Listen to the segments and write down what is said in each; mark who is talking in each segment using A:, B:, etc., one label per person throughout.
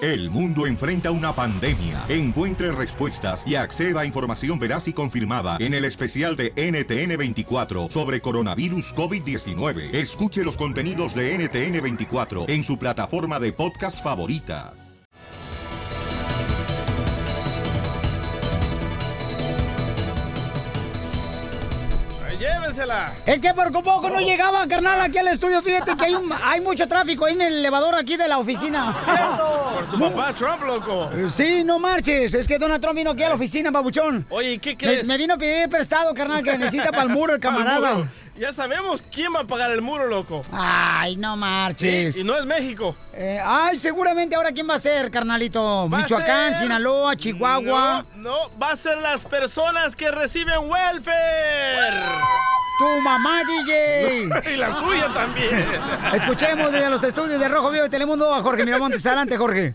A: El mundo enfrenta una pandemia. Encuentre respuestas y acceda a información veraz y confirmada en el especial de NTN24 sobre coronavirus COVID-19. Escuche los contenidos de NTN24 en su plataforma de podcast favorita.
B: Llévensela.
C: Es que por poco
B: Oh.
C: no llegaba, carnal, aquí al estudio. Fíjate que hay, un- hay mucho tráfico ahí en el elevador aquí de la oficina.
B: Por tu papá Trump, loco.
C: Sí, no marches. Es que Donald Trump vino aquí a la oficina, babuchón.
B: Eh. Oye, ¿y ¿qué
C: Me,
B: crees?
C: me vino a pedir prestado, carnal, que necesita para el muro el
B: Al
C: camarada.
B: muro. Ya sabemos quién va a pagar el muro, loco.
C: Ay, no marches.
B: Sí, Y no es México.
C: Eh, ay, seguramente ahora quién va a ser, carnalito.
B: Va a
C: Michoacán,
B: ser-
C: Sinaloa, Chihuahua.
B: No, no, va a ser las personas que reciben welfare.
C: Tu mamá, DJ.
B: y la suya también.
C: Escuchemos desde los estudios de Rojo Vivo de Telemundo a Jorge Miramontes. Adelante, Jorge.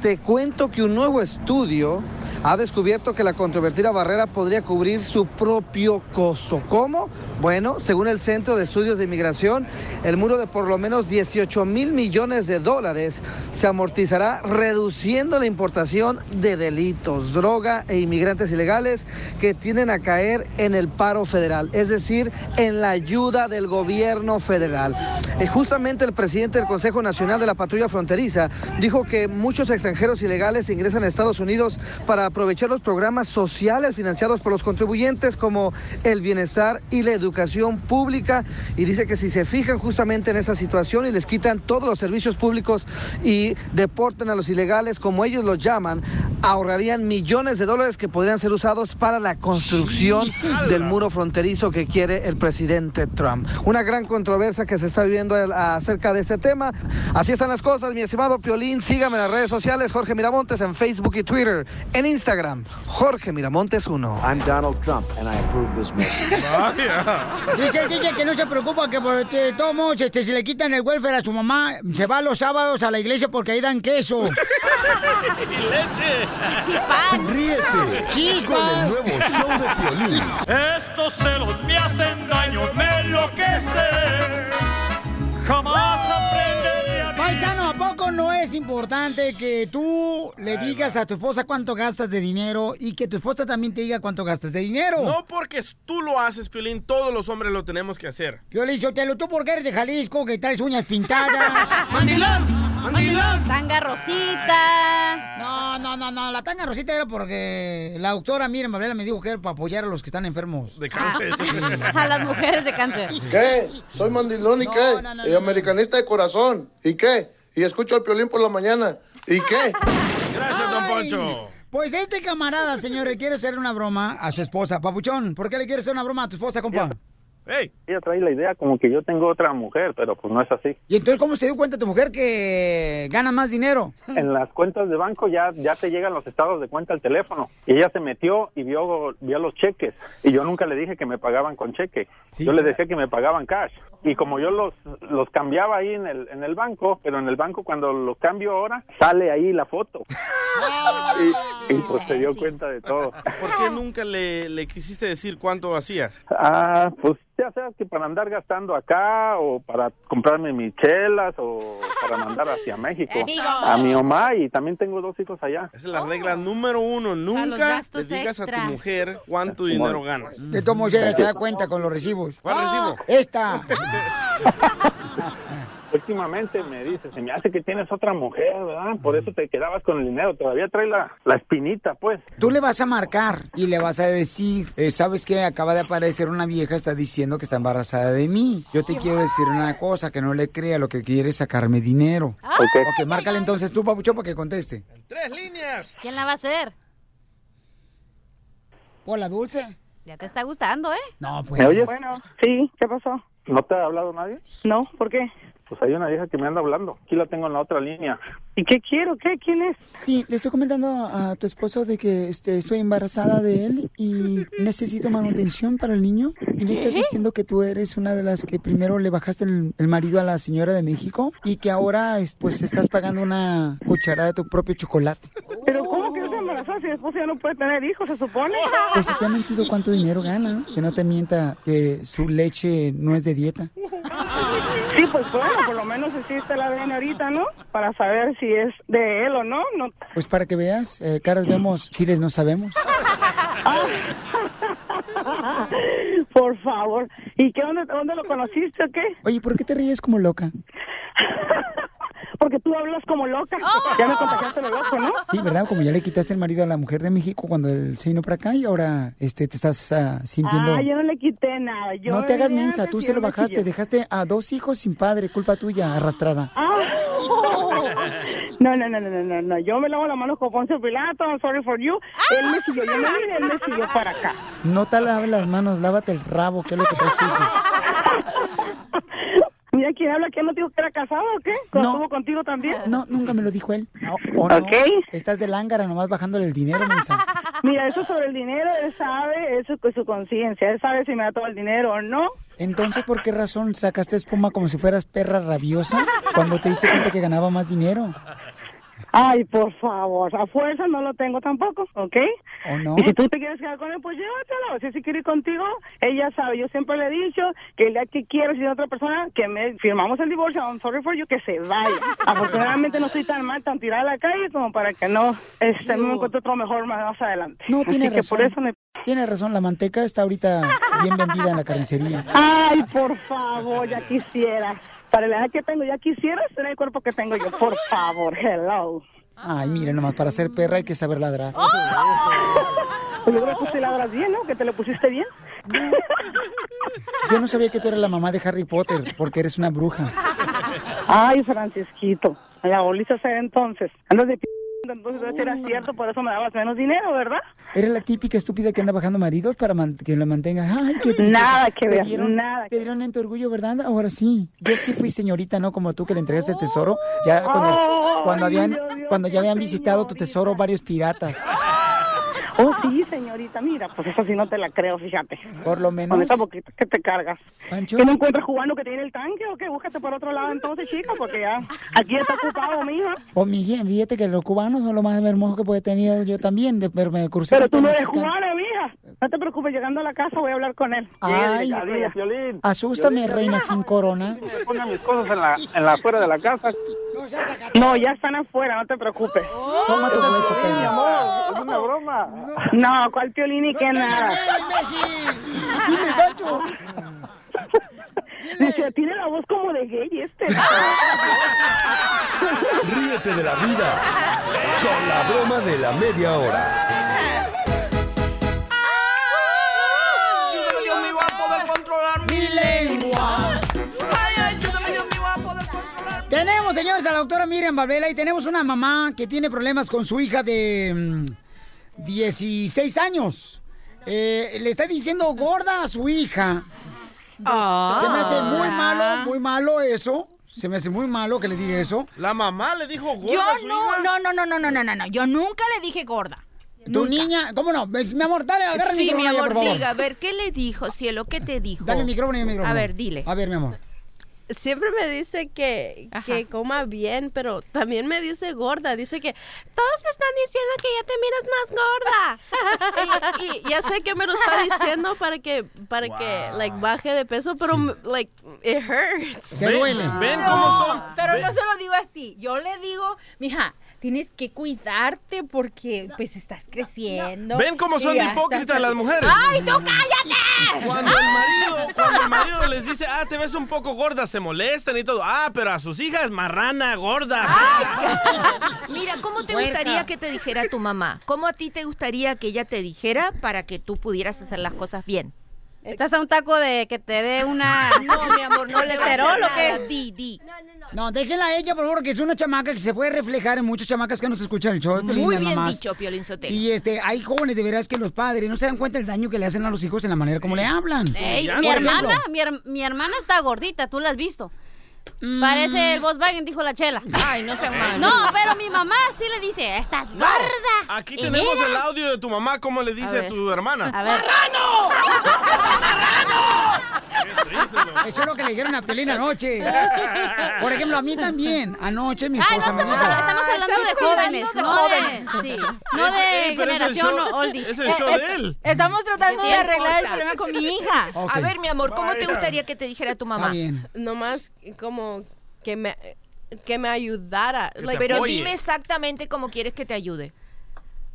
D: Te cuento que un nuevo estudio ha descubierto que la controvertida barrera podría cubrir su propio costo. ¿Cómo? Bueno, según el Centro de Estudios de Inmigración, el muro de por lo menos 18 mil millones de dólares se amortizará reduciendo la importación de delitos, droga e inmigrantes ilegales que tienden a caer en el paro federal, es decir, en la ayuda del gobierno federal. Eh, Justamente el presidente del Consejo Nacional de la Patrulla Fronteriza dijo que muchos extranjeros ilegales ingresan a Estados Unidos para aprovechar los programas sociales financiados por los contribuyentes como el bienestar y la educación pública y dice que si se fijan justamente en esa situación y les quitan todos los servicios públicos y deportan a los ilegales como ellos los llaman, ahorrarían millones de dólares que podrían ser usados para la construcción del muro fronterizo que quiere el presidente Trump. Una gran controversia que se está viviendo al- acerca de este tema. Así están las cosas, mi estimado Piolín. Sígame en las redes sociales, Jorge Miramontes, en Facebook y Twitter, en Instagram, Jorge Miramontes 1.
E: I'm Donald Trump, and I approve this message.
F: Oh,
C: Dice el DJ que no se preocupa que por de todos modos, este, si le quitan el welfare a su mamá, se va los sábados a la iglesia porque ahí dan queso.
B: y leche.
G: Y pan.
H: Ríete
C: Chispas.
H: con el nuevo show de Piolín.
F: Estos celos me hacen daño, me enloquecen. Jamás aprenderé a
C: Paisano, ¿a poco no es importante que tú le digas a tu esposa cuánto gastas de dinero y que tu esposa también te diga cuánto gastas de dinero?
B: No porque tú lo haces, Piolín, todos los hombres lo tenemos que hacer.
C: Yo le digo, te lo tú porque eres de Jalisco, que traes uñas pintadas.
G: Tanga rosita.
C: No, no, no, no, la tanga rosita era porque la doctora Miriam Valera me dijo que era para apoyar a los que están enfermos.
B: De cáncer.
C: Ah,
G: A las mujeres de cáncer.
I: ¿Qué? Soy mandilón y
C: No,
I: qué?
C: no, no,
I: y
C: no,
I: americanista de corazón. ¿Y qué? Y escucho el piolín por la mañana. ¿Y qué?
B: Gracias, don
C: Ay,
B: Poncho.
C: Pues este camarada, señor, le quiere hacer una broma a su esposa. Papuchón, ¿por qué le quiere hacer una broma a tu esposa, compa?
B: Hey,
J: Ella trae la idea como que yo tengo otra mujer, pero pues no es así.
C: ¿Y entonces cómo se dio cuenta tu mujer que gana más dinero?
J: En las cuentas de banco ya, ya te llegan los estados de cuenta al teléfono. Y ella se metió y vio, vio los cheques. Y yo nunca le dije que me pagaban con cheque. yo le decía que me pagaban cash. Y como yo los, los cambiaba ahí en el, en el banco, pero en el banco cuando lo cambio ahora, sale ahí la foto. Y, y pues se dio
G: Sí.
J: cuenta de todo.
B: Ah, ¿por qué nunca le, le quisiste decir cuánto hacías?
J: Ah, pues ya sabes que para andar gastando acá o para comprarme mis chelas o para mandar hacia México
G: Eso.
J: a mi mamá y también tengo dos hijos allá.
B: Esa
K: Oh.
B: es la regla número uno. Nunca le
G: gastos
B: digas a tu
G: extras.
B: mujer cuánto
J: Como-
B: dinero ganas.
C: Pues, De todos modos,
J: Este,
C: ella se da cuenta con los recibos.
B: ¿Cuál
C: Ah,
B: recibo?
C: Esta.
J: Últimamente me dice, se me hace que tienes otra mujer, ¿verdad? Por eso te quedabas con el dinero, todavía trae la, la espinita, pues.
C: Tú le vas a marcar y le vas a decir, eh, ¿sabes qué? Acaba de aparecer una vieja, está diciendo que está embarazada de mí. Yo te quiero decir una cosa, que no le crea, lo que quiere es sacarme dinero.
J: Ok.
C: Ok, márcale entonces tú, Papuchón, para que conteste.
B: Tres líneas.
G: ¿Quién la va a hacer?
C: Hola, Dulce.
G: Ya te está gustando, ¿eh?
C: No, pues.
J: ¿Me oyes?
L: Bueno, sí, ¿qué pasó?
J: ¿No te ha hablado nadie?
L: No, ¿por qué?
J: Pues hay una vieja que me anda hablando. Aquí la tengo en la otra línea.
L: ¿Y qué quiero? ¿Qué? ¿Quién es?
C: Sí, le estoy comentando a tu esposo de que este, estoy embarazada de él y necesito manutención para el niño. Y me está diciendo que tú eres una de las que primero le bajaste el, el marido a la señora de México y que ahora es- pues estás pagando una cucharada de tu propio chocolate.
L: ¿Pero cómo que no se embarazó si después ya no puede tener hijos, se supone?
C: Que si te ha mentido cuánto dinero gana, que no te mienta que su leche no es de dieta.
L: Sí, pues bueno, por lo menos existe el ADN ahorita, ¿no? Para saber si es de él o no. no.
J: Pues para que veas, eh, caras vemos, chiles no sabemos.
L: Por favor. ¿Y qué dónde, dónde lo conociste o qué?
J: Oye, ¿por qué te ríes como loca?
L: Porque tú hablas como loca. Ya me contagiaste lo loco, ¿no?
J: Sí, ¿verdad? Como ya le quitaste el marido a la mujer de México cuando él se vino para acá y ahora este, te estás ah, sintiendo...
L: Ah, yo no le quité nada. Yo
J: no te hagas
L: ya
J: mensa,
L: me
J: tú se lo
L: siento
J: bajaste,
L: yo.
J: dejaste a dos hijos sin padre, culpa tuya, arrastrada.
L: No, no, no, no, no, no, no. Yo me lavo la mano con Poncio Pilato. I'm sorry for you. Él me siguió, yo me vine, él me siguió para acá.
J: No te laves las manos, lávate el rabo, que es lo que te sucio.
L: Mira quién habla, ¿quién no te dijo que era casado o qué? ¿Cuando
J: No.
L: estuvo contigo también?
J: No, nunca me lo dijo él. ¿O no? Estás de lángara nomás bajándole el dinero, mensa.
L: Mira, eso sobre el dinero, él sabe, eso es su conciencia. Él sabe si me da todo el dinero o no.
J: Entonces, ¿por qué razón sacaste espuma como si fueras perra rabiosa cuando te diste cuenta que ganaba más dinero?
L: Ay, por favor, a fuerza no lo tengo tampoco, ¿ok?
J: ¿O no?
L: Y si tú te quieres quedar con él, pues llévatelo. Si se quiere ir contigo, ella sabe. Yo siempre le he dicho que el día que quiero ser otra persona, que me firmamos el divorcio, I'm sorry for you, que se vaya. Afortunadamente no estoy tan mal, tan tirada a la calle como para que no este, me encuentre otro mejor más, más adelante.
J: No, tiene
L: Así Pues que
J: razón.
L: por eso me...
J: Tiene razón, la manteca está ahorita bien vendida en la carnicería.
L: Ay, por favor, ya quisiera. Para la edad que tengo, ya quisiera ser el cuerpo que tengo yo. Por favor, hello.
J: Ay, mira, nomás para ser perra hay que saber ladrar.
L: Pues yo creo que tú sí ladras bien, ¿no? Que te lo pusiste bien.
J: Yo no sabía que tú eras la mamá de Harry Potter porque eres una bruja.
L: Ay, Francisquito, la bolita se ve entonces. Andas de p... Entonces debe ser acierto, por eso me dabas menos dinero, ¿verdad?
J: Eres la típica estúpida que anda bajando maridos para man- que lo mantenga. Ay, qué tristeza.
L: Nada que
J: Te
L: ver,
J: dieron-
L: nada.
J: Te dieron en tu orgullo, ¿verdad? Ahora sí. Yo sí fui señorita, ¿no? Como tú que le entregaste el tesoro. Ya cuando, cuando,
L: Ay,
J: habían,
L: Dios, Dios,
J: cuando ya habían visitado tu tesoro varios piratas.
L: Oh, sí, señorita, mira, pues eso sí no te la creo, fíjate.
J: Por lo menos.
L: Con esta boquita que te cargas.
J: Pancho.
L: ¿Que no encuentras jugando que tiene el tanque o qué? Búscate por otro lado entonces, chica, porque ya aquí está ocupado, mija.
J: O Miguel, Oh, fíjate que los cubanos son lo más hermoso que puede tener yo también. De, pero me crucé
L: Pero
J: con
L: tú no
J: un
L: eres
J: mexicano.
L: cubana, mija. No te preocupes, llegando a la casa voy a hablar con él.
J: Ay,
L: Llega, llega.
J: asústame, reina sin corona.
M: Pongan mis cosas en la, en la afuera de la casa.
L: No, ya están afuera, no te preocupes. Oh,
J: Toma tu hueso,
M: Mi
J: Pedro.
M: amor, es una broma.
L: No, ¿cuál piolín y qué nada?
J: Dile, Pancho.
L: Dice, tiene la voz como de gay este.
N: Ríete de la vida con la broma de la media hora.
F: Ayúdame Dios mío a poder controlar mi lengua. Ay, ayúdame Dios mío a poder
C: Tenemos, señores, a la doctora Miriam Valvela y tenemos una mamá que tiene problemas con su hija de mm, 16 años. Eh, le está diciendo gorda a su hija.
K: Ah.
C: Se me hace muy malo, muy malo eso. Se me hace muy malo que le diga eso. La mamá le dijo
K: Yo no, no, no, no, no, no, no, no, no. Yo nunca le dije gorda.
C: Tu niña, ¿cómo no? Ves, Mi amor, dale, agarra el
K: Sí, mi
C: micrófono ya,
K: amor,
C: por favor.
K: diga, a ver, ¿qué le dijo, cielo? ¿Qué te dijo?
C: Dale el micrófono y el micrófono.
K: A ver, dile.
C: A ver, mi amor.
O: siempre me dice que, que coma bien, pero también me dice gorda. Dice que todos me están diciendo que ya te miras más gorda. y, y ya sé que me lo está diciendo para que, para que like, baje de peso, pero m- like, it hurts.
C: Te Ven- duele. ven
F: cómo
O: son.
F: pero
O: no
F: no
O: se
F: se lo digo así. Yo le digo, mija, tienes que cuidarte porque pues estás creciendo.
B: ¿Ven cómo son
F: Y
B: de
F: ya
B: hipócritas
F: estás-
B: las mujeres?
F: ¡Ay, tú cállate!
B: Cuando el marido, cuando el marido les dice, ah, te ves un poco gorda, se molestan y todo. Ah, pero a sus hijas, marrana, gorda.
K: Ah, Mira, ¿cómo te
B: Puerca.
K: gustaría que te dijera tu mamá? ¿Cómo a ti te gustaría que ella te dijera para que tú pudieras hacer las cosas bien? ¿Estás a un taco de que te dé una...
O: No, mi amor, no le voy a hacer
K: colesterol o
O: nada.
K: qué? Di, di.
C: No, déjenla a ella, por favor, que es una chamaca que se puede reflejar en muchas chamacas que nos escuchan el show de Piolín,
K: Muy
C: las
K: bien
C: mamás.
K: dicho, Piolín Sotelo.
C: Y este, hay jóvenes de veras que los padres no se dan cuenta del daño que le hacen a los hijos en la manera como le hablan.
K: Ey,
C: Por
K: mi
C: ejemplo,
K: hermana, mi, her- mi hermana está gordita, tú la has visto. Parece el Volkswagen, dijo la chela. Ay, no sean
B: malos.
K: No, pero mi mamá sí le dice, estás
B: No,
K: gorda.
B: Aquí
K: Y
B: tenemos
K: mira.
B: el audio de tu mamá, cómo le dice a,
K: ver.
B: tu hermana.
K: A ver.
C: Eso es lo que le dijeron a Piolín anoche. Por ejemplo, a mí también. Anoche mi
K: Ah,
C: esposa
K: no
C: me
K: estamos,
C: dijo,
K: habla- estamos hablando de jóvenes, jóvenes,
G: hablando
K: no de-
G: Sí,
K: no de
G: pero es el
K: generación
G: show-
K: oldies.
G: Es el show
K: Eh,
G: de
K: es-
G: él.
K: Estamos tratando
G: ¿Qué
K: de
G: te
K: arreglar el
G: importa?
K: problema con mi hija.
G: Ok.
K: A ver, mi amor, ¿cómo te
O: Vaya.
K: gustaría que te dijera tu mamá?
O: Nomás como que me, que me ayudara. like,
K: Pero dime exactamente cómo quieres que te ayude.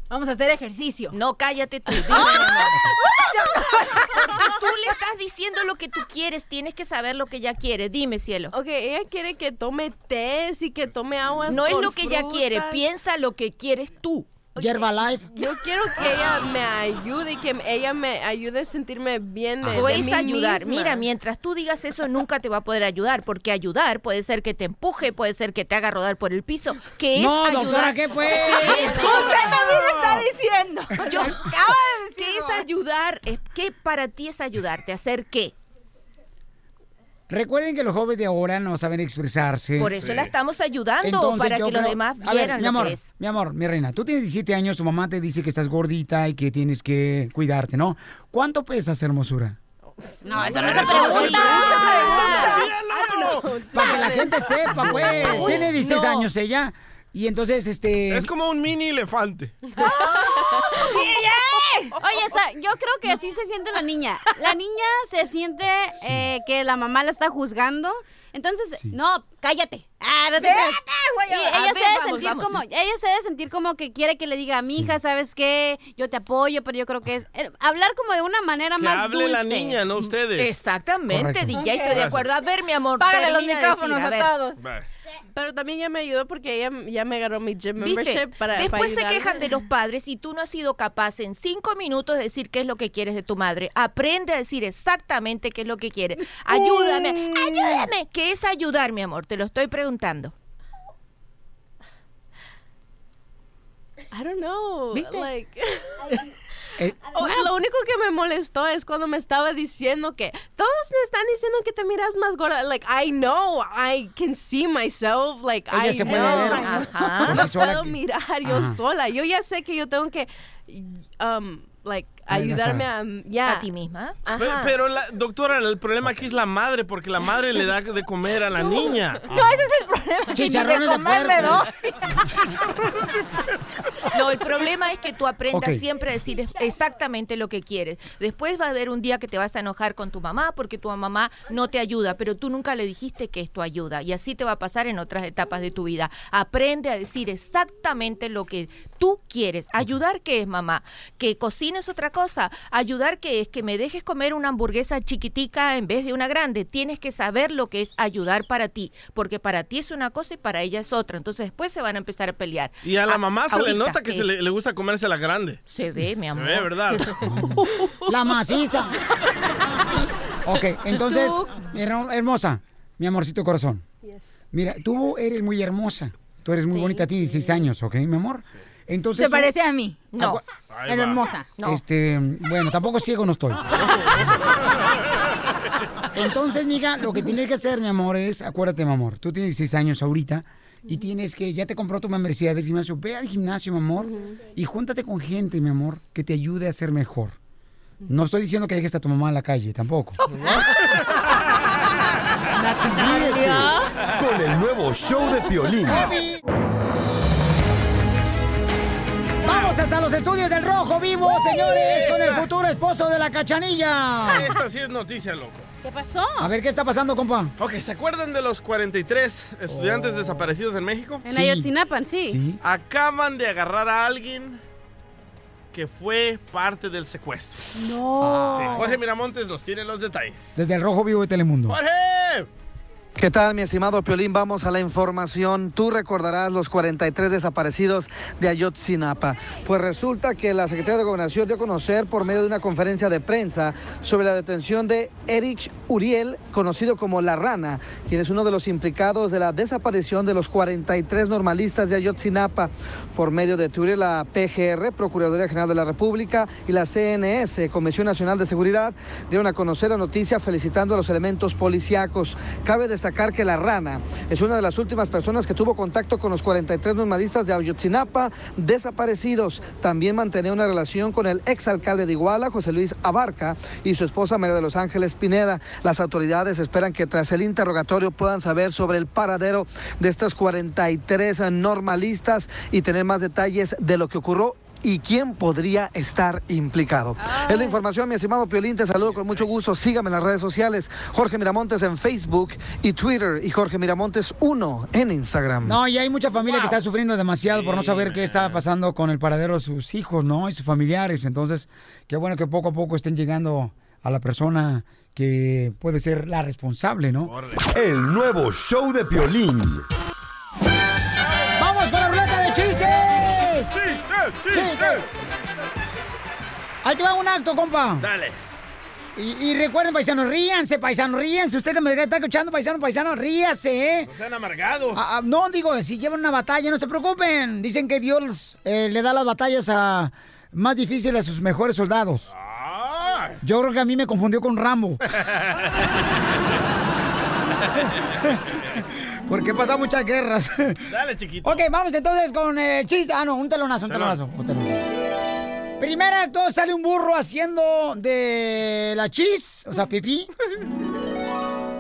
K: Vamos a hacer ejercicio. No, cállate tú. dime, mi amor. Porque tú le estás diciendo lo que tú quieres, tienes que saber lo que ella quiere. Dime, cielo.
O: Ok, ella quiere que tome té y que tome agua.
K: No es lo que ella quiere, piensa lo que quieres tú.
C: Yerba Life.
O: Yo quiero que ella me ayude y que ella me ayude a sentirme bien.
C: Ah.
O: De,
K: Puedes
O: de mí
K: ayudar.
O: misma.
K: Mira, mientras tú digas eso, nunca te va a poder ayudar, porque ayudar puede ser que te empuje, puede ser que te haga rodar por el piso. Que es
C: No,
K: ayudar?
C: doctora, ¿qué pues?
K: ¿Qué es?
C: Usted también está
K: diciendo. Yo acabo de decir. ¿Qué es ayudar? Es- ¿Qué para ti es ayudarte? ¿Hacer qué?
C: Recuerden que los jóvenes de ahora no saben expresarse.
K: Por eso la estamos ayudando,
C: Entonces,
K: para que
C: yo
K: los
C: creo-
K: demás
C: A ver,
K: vieran
C: mi
K: lo
C: amor,
K: que es.
C: Mi amor, mi reina, tú tienes 17 años, tu mamá te dice que estás gordita y que tienes que cuidarte, ¿no? ¿Cuánto pesas, hermosura?
K: No,
G: eso no
C: Eso
G: se
C: no se
G: pregunta.
C: Para que la gente sepa, pues.
B: Uy,
C: Tiene 16
B: no.
C: años ella. Y entonces, este. eh!
B: Es como un mini elefante.
G: Oye, o sea, yo creo que así se siente la niña. La niña se siente eh, que la mamá la está juzgando. Entonces, no, cállate. Ah, no te
K: Vete,
G: creas.
K: güey.
G: Y
K: A
G: ella
K: ver,
G: se ha de
K: vamos,
G: sentir
K: vamos.
G: como, ella se ha de sentir como que quiere que le diga a mi hija, ¿sabes qué? Yo te apoyo, pero yo creo que es eh, hablar como de una manera
B: Que
G: más
B: hable la
G: dulce.
B: niña, no ustedes.
K: Exactamente,
B: Correcto.
K: DJ,
B: Ok.
K: estoy de acuerdo. A ver, mi amor,
O: Págale
K: termina de decir, ver.
O: Pero también ya me ayudó porque ella ya me agarró mi gym
K: ¿Viste?
O: membership para para
K: Después se
O: ayudarme.
K: quejan de los padres y tú no has sido capaz en cinco minutos de decir qué es lo que quieres de tu madre. Aprende a decir exactamente qué es lo que quieres. Ayúdame,
C: Mm.
K: ayúdame. ¿Qué es ayudar, mi amor? Te lo estoy preguntando.
O: I don't know. Like,
C: Eh,
O: o- lo único que me molestó es cuando me estaba diciendo que todos me están diciendo que te miras más gorda. Like, I know, I can see myself. Like,
C: Ella
O: I
C: se
O: know.
C: puede ver
O: Ajá.
C: por sí
O: Me
C: sola
O: puedo
C: que-
O: mirar yo
C: Ajá.
O: sola. Yo ya sé que yo tengo que, um, like, ayudarme a, ya.
K: A ti misma.
O: Ajá.
B: Pe- Pero, la, doctora, el problema aquí es la madre, porque la madre le da de comer a la niña.
K: ese es el problema.
B: Chicharrones de puerco.
K: No, el problema es que tú aprendas
B: Ok.
K: siempre a decir es- exactamente lo que quieres. Después va a haber un día que te vas a enojar con tu mamá porque tu mamá no te ayuda, pero tú nunca le dijiste que es tu ayuda. Y así te va a pasar en otras etapas de tu vida. Aprende a decir exactamente lo que tú quieres. Ayudar que es mamá, que cocines otra cosa. Ayudar que es que me dejes comer una hamburguesa chiquitica en vez de una grande. Tienes que saber lo que es ayudar para ti, porque para ti es una cosa y para ella es otra. Entonces después se van a empezar a pelear.
B: Y a la
K: Ah,
B: mamá se le
K: ahorita,
B: nota que se
K: es-
B: le, le gusta comerse la grande.
K: Se ve, mi amor.
B: Se ve, ¿verdad?
C: La maciza. Ok, entonces, her- hermosa, mi amorcito corazón. Mira, tú eres muy hermosa. Tú eres muy bonita, tienes 16 años, ¿ok, mi amor? Entonces.
K: Se
C: tú-
K: parece a mí. No.
C: Agua-
K: Ahí Era va. hermosa. No.
C: Este, bueno, tampoco ciego no estoy. Entonces, mija, lo que tienes que hacer, mi amor, es, acuérdate, mi amor, tú tienes 16 años ahorita y tienes que, ya te compró tu membresía del gimnasio, ve al gimnasio, mi amor, y júntate con gente, mi amor, que te ayude a ser mejor. No estoy diciendo que dejes a tu mamá en la calle, tampoco.
N: Ríete con el nuevo show de Piolín.
C: Bobby. Vamos hasta los estudios del Rojo Vivo, señores, con el
B: Esta.
C: futuro esposo de la cachanilla.
B: Esta sí es noticia, loco.
K: ¿Qué pasó?
C: A ver, ¿qué está pasando, compa? Oh.
B: Ok, ¿se acuerdan de los 43 estudiantes desaparecidos en México?
G: En Ayotzinapan, sí.
B: Acaban de agarrar a alguien que fue parte del secuestro.
G: No.
B: Sí, Jorge Miramontes nos tiene los detalles.
C: Desde el Rojo Vivo de Telemundo.
B: ¡Jorge!
D: ¿Qué tal, mi estimado Piolín? Vamos a la información. Tú recordarás los 43 desaparecidos de Ayotzinapa. Pues resulta que la Secretaría de Gobernación dio a conocer por medio de una conferencia de prensa sobre la detención de Erich Uriel, conocido como La Rana, quien es uno de los implicados de la desaparición de los 43 normalistas de Ayotzinapa. Por medio de Twitter, la PGR, Procuraduría General de la República, y la CNS, Comisión Nacional de Seguridad, dieron a conocer la noticia felicitando a los elementos policíacos. Cabe destacar destacar que la rana es una de las últimas personas que tuvo contacto con los 43 normalistas de Ayotzinapa desaparecidos. También mantenía una relación con el exalcalde de Iguala, José Luis Abarca, y su esposa María de los Ángeles Pineda. Las autoridades esperan que tras el interrogatorio puedan saber sobre el paradero de estos 43 normalistas y tener más detalles de lo que ocurrió y quién podría estar implicado. Es la información, mi estimado Piolín, te saludo con mucho gusto. Sígame en las redes sociales, Jorge Miramontes en Facebook y Twitter y Jorge Miramontes 1 en Instagram.
C: No, y hay mucha familia que está sufriendo demasiado por no saber qué está pasando con el paradero de sus hijos, ¿no? Y sus familiares. Entonces, qué bueno que poco a poco estén llegando a la persona que puede ser la responsable, ¿no?
N: El nuevo show de Piolín.
C: ¡Vamos con la ruleta de chistes! ¡Chistes! Ahí te va un acto, compa.
B: Dale.
C: Y, y recuerden, paisanos, ríanse, paisanos, ríanse. Usted que me está escuchando, paisano, paisano, ríase, ¿eh?
B: No sean amargados.
C: Ah, ah, no, digo, si llevan una batalla, no se preocupen. Dicen que Dios eh, le da las batallas a, más difíciles a sus mejores soldados. Yo creo que a mí me confundió con Rambo. Porque pasa muchas guerras.
B: Dale, chiquito.
C: ok, vamos entonces con eh, chiste. Ah, no, un telonazo, un
B: Telón.
C: telonazo. un telon- Primer acto sale un burro haciendo de la chis, o sea, pipí,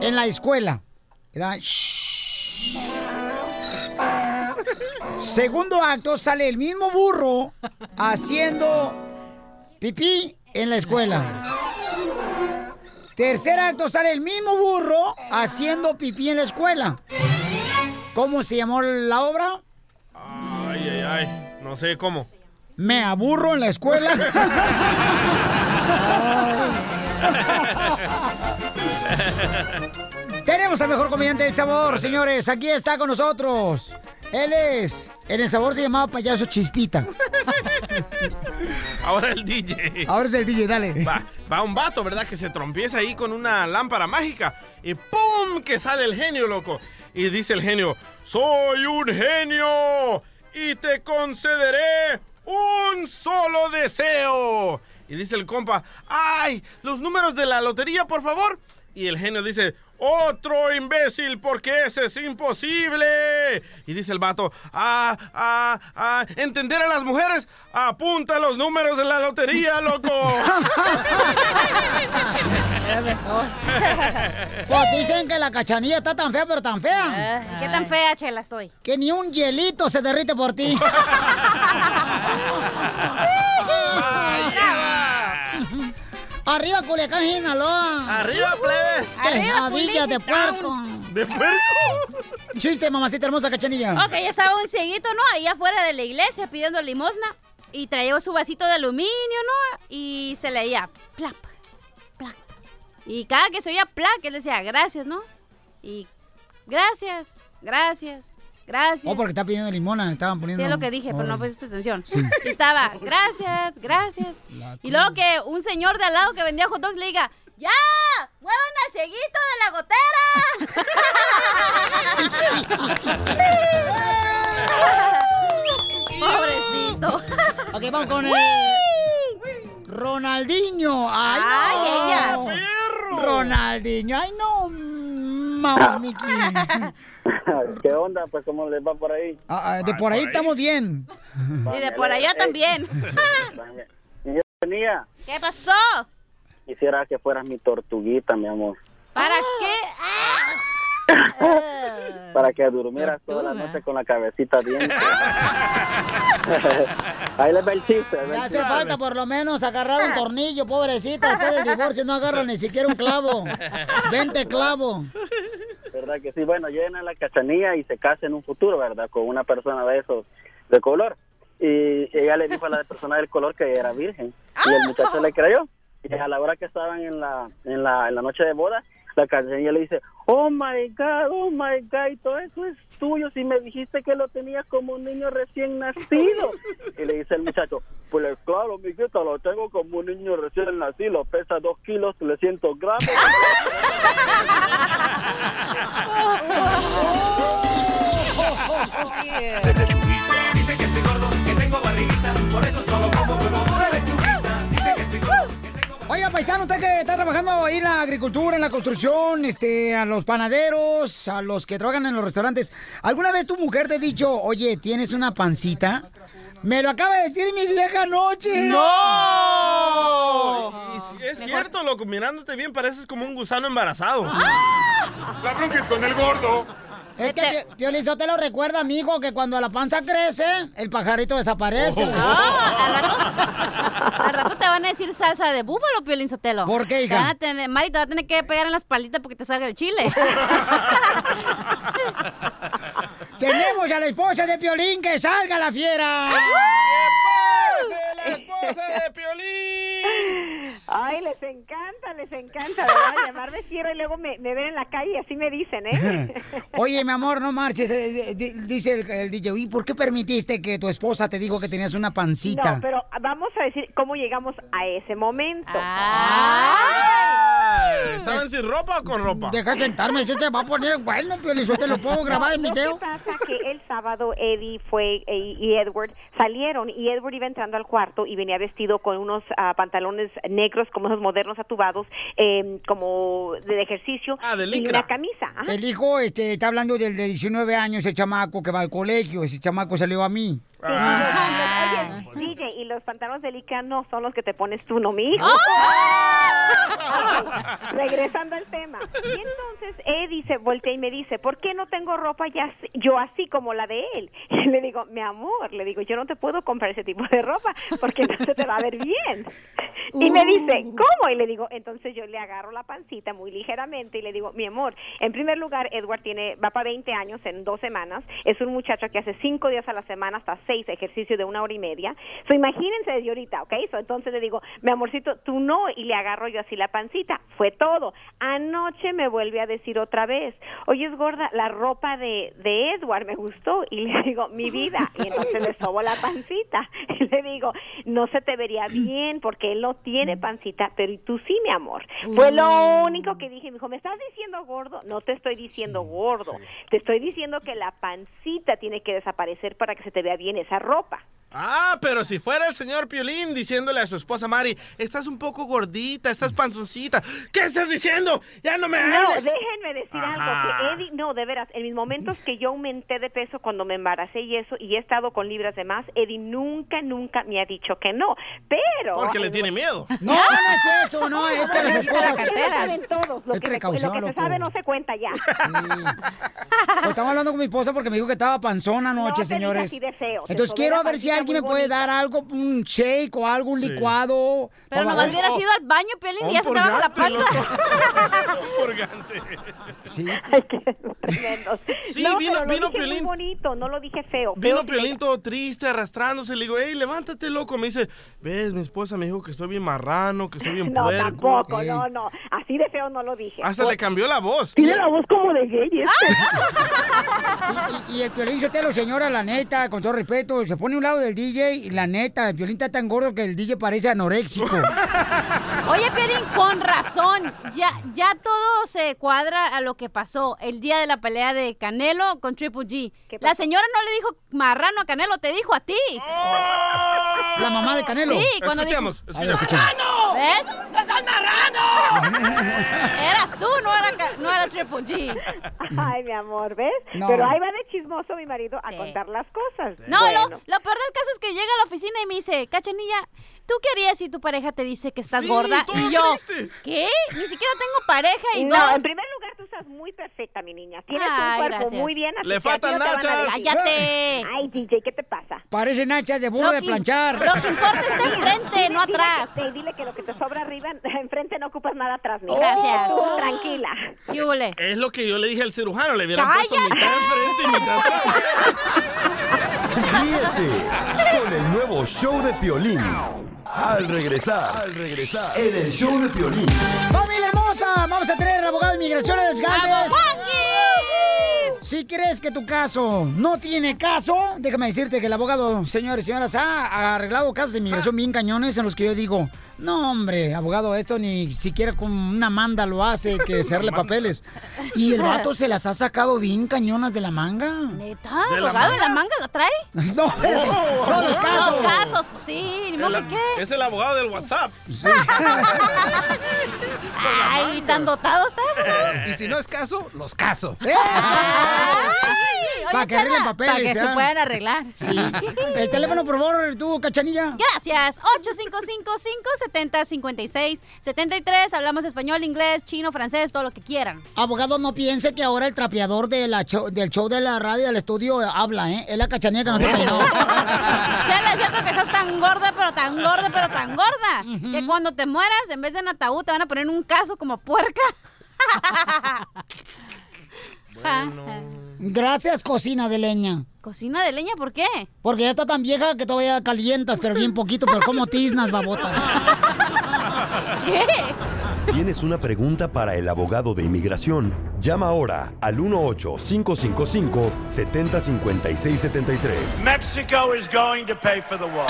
C: en la escuela. ¿verdad? Shh. Segundo acto sale el mismo burro haciendo pipí en la escuela. Tercer acto sale el mismo burro haciendo pipí en la escuela. ¿Cómo se llamó la obra? ah.
B: Ay, ay, ay. No sé cómo.
C: Me aburro en la escuela. Tenemos al mejor comediante del sabor, señores. Aquí está con nosotros. Él es. En el sabor se llamaba payaso Chispita.
B: Ahora el DJ.
C: Ahora es el DJ, dale.
B: Va, va un vato, ¿verdad? Que se trompieza ahí con una lámpara mágica. Y ¡pum! Que sale el genio, loco. Y dice el genio, soy un genio y te concederé un solo deseo. Y dice el compa, ¡ay! Los números de la lotería, por favor. Y el genio dice, otro imbécil, porque ese es imposible. Y dice el vato, ah, ah, ah, entender a las mujeres, apunta los números de la lotería, loco.
C: Pues dicen que la cachanilla está tan fea, pero tan fea.
G: ¿Qué tan fea, Chela, estoy?
C: Que ni un hielito se derrite por ti. Arriba Culiacán, Sinaloa.
B: Arriba, plebe.
G: Arriba,
C: Quesadilla de
G: Culiacán.
C: puerco.
B: ¿De puerco?
C: Chiste, mamacita hermosa cachanilla.
G: Ok, estaba un cieguito, ¿no? Ahí afuera de la iglesia pidiendo limosna y traía su vasito de aluminio, ¿no? Y se leía plap, plap. Y cada que se oía plap, él decía gracias, ¿no? Y gracias, gracias, gracias.
C: Oh, porque está pidiendo limona, le estaban poniendo.
G: Sí, es lo que dije, pero no
C: pues.
G: pusiste atención.
C: Sí.
G: Y estaba, gracias, gracias. Y luego que un señor de al lado que vendía hot dogs le diga, ¡Ya! ¡Muevan al cieguito de la
C: Pobrecito. Ok, vamos con. eh, Ronaldinho. Ay,
G: Ay,
C: no. Ronaldinho. Ay, no. Vamos, Miki. Ah,
P: ¿Qué onda? Pues, ¿cómo les va por ahí? eh,
C: ah, de por ahí estamos bien.
G: Y de por allá también.
P: Yo tenía.
G: ¿Qué pasó?
P: Quisiera que fueras mi tortuguita, mi amor.
G: ¿Para
C: Ah.
G: qué? Ah.
P: Para que durmieras toda la noche con la cabecita bien. ahí les va el chiste. ahí va el
C: Ya hace
P: chiste.
C: falta por lo menos agarrar un tornillo, pobrecita. Ustedes del divorcio no agarran ni siquiera un clavo. Vente clavo.
P: ¿Verdad que sí? Bueno, lleguen a la cachanilla y se casen en un futuro, ¿verdad? Con una persona de esos, de color. Y ella le dijo a la persona del color que era virgen. Y el muchacho le creyó. Y a la hora que estaban en la, en la, en la noche de boda, la cachanilla le dice, oh my God, oh my God, y todo eso es tuyo. Si me dijiste que lo tenías como un niño recién nacido. Y le dice el muchacho, pues claro, mijito, lo tengo como un niño recién nacido. Pesa dos kilos, 300 gramos.
C: Oiga, paisano, usted que está trabajando ahí en la agricultura, en la construcción, este, a los panaderos, a los que trabajan en los restaurantes. ¿Alguna vez tu mujer te ha dicho, oye, tienes una pancita? Me lo acaba de decir mi vieja anoche.
B: ¡No! Y- y es cierto, loco, mirándote bien pareces como un gusano embarazado. La bronca es con el gordo.
C: Es que
B: Este
C: Pio- Piolín, yo te lo recuerdo, amigo, que cuando la panza crece, el pajarito desaparece.
B: Oh.
G: Al rato te van a decir salsa de búfalo, Piolín Sotelo. ¿Por
C: qué, hija?
G: Van a tener, Mari, te va a tener que pegar en las palitas porque te salga el chile.
C: Tenemos a la esposa de Piolín, que salga la fiera.
B: ¡La esposa de Piolín!
Q: Ay, les encanta, les encanta, ¿verdad? Llamarme fiero y luego me, me ven en la calle y así me dicen, ¿eh?
C: Oye, mi amor, no marches. eh, eh, di- Dice el, el DJ, "Uy, por qué permitiste que tu esposa te dijo que tenías una pancita?
Q: No, pero vamos a decir cómo llegamos a ese momento.
B: ¿Estaban sin ropa o con ropa?
C: Deja sentarme, yo te va a poner bueno, Piolín, yo te lo puedo grabar en
Q: No,
C: video.
Q: Lo que pasa que el sábado Eddie fue eh, y Edward salieron y Edward iba entrando al cuarto y venía vestido con unos ah, pantalones negros como esos modernos atubados, eh, como de ejercicio y
C: Ah, licra.
Q: una camisa. Ajá.
C: El hijo este, está hablando del de 19 años, el chamaco que va al colegio, ese chamaco salió a mí.
Q: Oye, DJ, y los pantalones de licra no son los que te pones tú, no mi hijo. Ok, Regresando al tema. Y entonces Eddie se voltea y me dice, ¿por qué no tengo ropa ya así- yo así como la de él? Y le digo, mi amor, le digo, yo no te puedo comprar ese tipo de ropa porque no se te va a ver bien. Y me dice, ¿cómo? Y le digo, entonces yo le agarro la pancita muy ligeramente y le digo, mi amor, en primer lugar, Edward tiene, va para 20 años en dos semanas. Es un muchacho que hace cinco días a la semana hasta seis ejercicios de una hora y media. So, imagínense de ahorita, ¿ok? So, entonces le digo, mi amorcito, tú no. Y le agarro yo así la pancita. Fue todo. Anoche me vuelve a decir otra vez, oye, es gorda, la ropa de, de Edward me gustó. Y le digo, mi vida. Y entonces le sobo la pancita. Y le digo, no se te vería bien porque él no tiene pancita, pero y tú sí, mi amor. Fue lo
K: Mm.
Q: único que dije. Me dijo, ¿me estás diciendo gordo? No te estoy diciendo gordo. Te estoy diciendo que la pancita tiene que desaparecer para que se te vea bien esa ropa.
B: Ah, pero si fuera el señor Piolín diciéndole a su esposa Mari, estás un poco gordita, estás panzoncita. ¿Qué estás diciendo? ¡Ya no me
Q: No,
B: hables!
Q: déjenme decir
B: Ajá.
Q: algo. Que Eddie, no, de veras, en mis momentos que yo aumenté de peso cuando me embaracé y eso, y he estado con libras de más, Eddie nunca, nunca me ha dicho que no. Pero.
B: Porque le tiene miedo.
C: No, no es eso, no, es que
Q: Bueno,
C: las
Q: es para
C: esposas.
Q: que se saben todos. Lo
C: Es
Q: que, se, lo
C: precaución,
Q: que se
C: loco.
Q: sabe no se cuenta ya.
C: Pues estaba hablando con mi esposa porque me dijo que estaba panzona anoche,
Q: No te
C: señores.
Q: digas así de feo, te
C: Entonces
Q: sobró
C: quiero
Q: la
C: ver si
Q: pancita
C: alguien me
Q: muy
C: puede
Q: bonita.
C: dar algo, un shake o algo, un licuado.
G: Pero
C: Por
G: nomás
C: favor.
G: hubieras ido al baño, Piolín, y ya se te baja la panza.
C: Sí.
B: Sí,
Q: no,
B: vino-
Q: pero lo
B: vino
Q: dije muy
B: Piolín.
Q: bonito, no lo dije feo.
B: Vino
Q: Feo sí
B: Piolín todo triste, arrastrándose. Le digo, hey, levántate, loco. Me dice, ves, mi esposa me dijo que estoy bien marrano, que estoy bien
Q: No,
B: puerco.
Q: tampoco, no, no. Así de feo no lo dije.
B: Hasta le cambió la voz.
Q: voz como de gay.
C: Y, y el Piolín Sotelo, señora, la neta, con todo respeto, se pone a un lado del DJ y la neta, el Piolín está tan gordo que el DJ parece anoréxico.
G: Oye, Piolín, con razón. Ya, ya todo se cuadra a lo que pasó el día de la pelea de Canelo con Triple G. La señora no le dijo marrano a Canelo, te dijo a ti.
C: La mamá de Canelo.
G: Sí, cuando
B: Escuchemos,
G: dijo-
B: escuchemos.
G: ¡Marrano! ¿Ves? ¡No seas marrano! Eras tú, no era, Ca- no era Triple G.
Q: Ay, mi amor, ¿ves?
G: No.
Q: Pero ahí va de chismoso mi marido a contar las cosas.
G: No,
Q: Bueno,
G: lo, lo peor del caso es que llega a la oficina y me dice, Cachanilla, ¿tú qué harías si tu pareja te dice que estás
Q: Sí,
G: gorda?
Q: todo
G: Y yo,
Q: triste.
G: ¿qué? Ni siquiera tengo pareja y
Q: no,
G: dos.
Q: en primer lugar, tú estás muy perfecta, mi niña. Tienes
G: Ay,
Q: un cuerpo
G: gracias.
Q: muy bien. así
G: Le
Q: que a ti
G: faltan
Q: no te van a
G: nachas.
Q: decir.
G: ¡Cállate!
Q: Ay, DJ, ¿qué te pasa?
C: Parece nachas de burro
Q: Lo
C: de
Q: que-
C: planchar.
Q: lo que importa
G: está enfrente, no
Q: Dile que-
G: atrás.
Q: sí, dile que lo que te sobra arriba, enfrente no ocupas nada atrás, mi
G: Gracias.
Q: Tú, tranquila.
G: ¿Qué huele?
B: Es lo que yo le dije al cirujano, le hubieran puesto
G: ¡Cállate!
B: mitad enfrente y mitad atrás.
N: Ríete con el nuevo show de Piolín. Al regresar, al regresar, en el show de Piolín.
C: ¡Familia hermosa! Vamos a tener al abogado de inmigración, Alex Galvez.
F: ¡Vamos, Yankees!
C: Si crees que tu caso no tiene caso, déjame decirte que el abogado, señores y señoras, ha arreglado casos de inmigración bien cañones en los que yo digo, no hombre, abogado, esto ni siquiera con una manda lo hace que hacerle papeles. Y el vato se las ha sacado bien cañonas de la manga.
G: ¿Neta?
C: ¿De la
G: ¿Abogado en la
C: manga?
G: manga la trae?
C: No, espérate. No, los
G: Los
C: casos.
G: casos. pues, sí, ni modo
B: El-
G: que qué.
B: Es el abogado del WhatsApp.
G: Ay, tan dotado está.
R: Y si no es caso, los caso.
G: Para
C: que arreglen papeles,
G: Para que
C: ¿eh?
G: se puedan arreglar.
C: Sí. El teléfono, por favor, tú, cachanilla.
G: Gracias. 855-570-5673. Hablamos español, inglés, chino, francés, todo lo que quieran.
C: Abogado, no piense que ahora el trapeador de la show- del show de la radio del estudio habla, ¿eh? Es la cachanilla que no se peinó.
G: Chela, es cierto que estás tan gorda, pero tan gorda, pero tan gorda, que cuando te mueras, en vez de en ataúd, te van a poner en un caso como puerca.
C: Gracias, cocina de leña.
G: ¿Cocina de leña por qué?
C: Porque ya está tan vieja que todavía calientas, pero bien poquito, pero como tiznas, babota.
N: ¿Tienes una pregunta para el abogado de inmigración? Llama ahora al 1-855-705673.
S: Mexico is going to pay for the wall.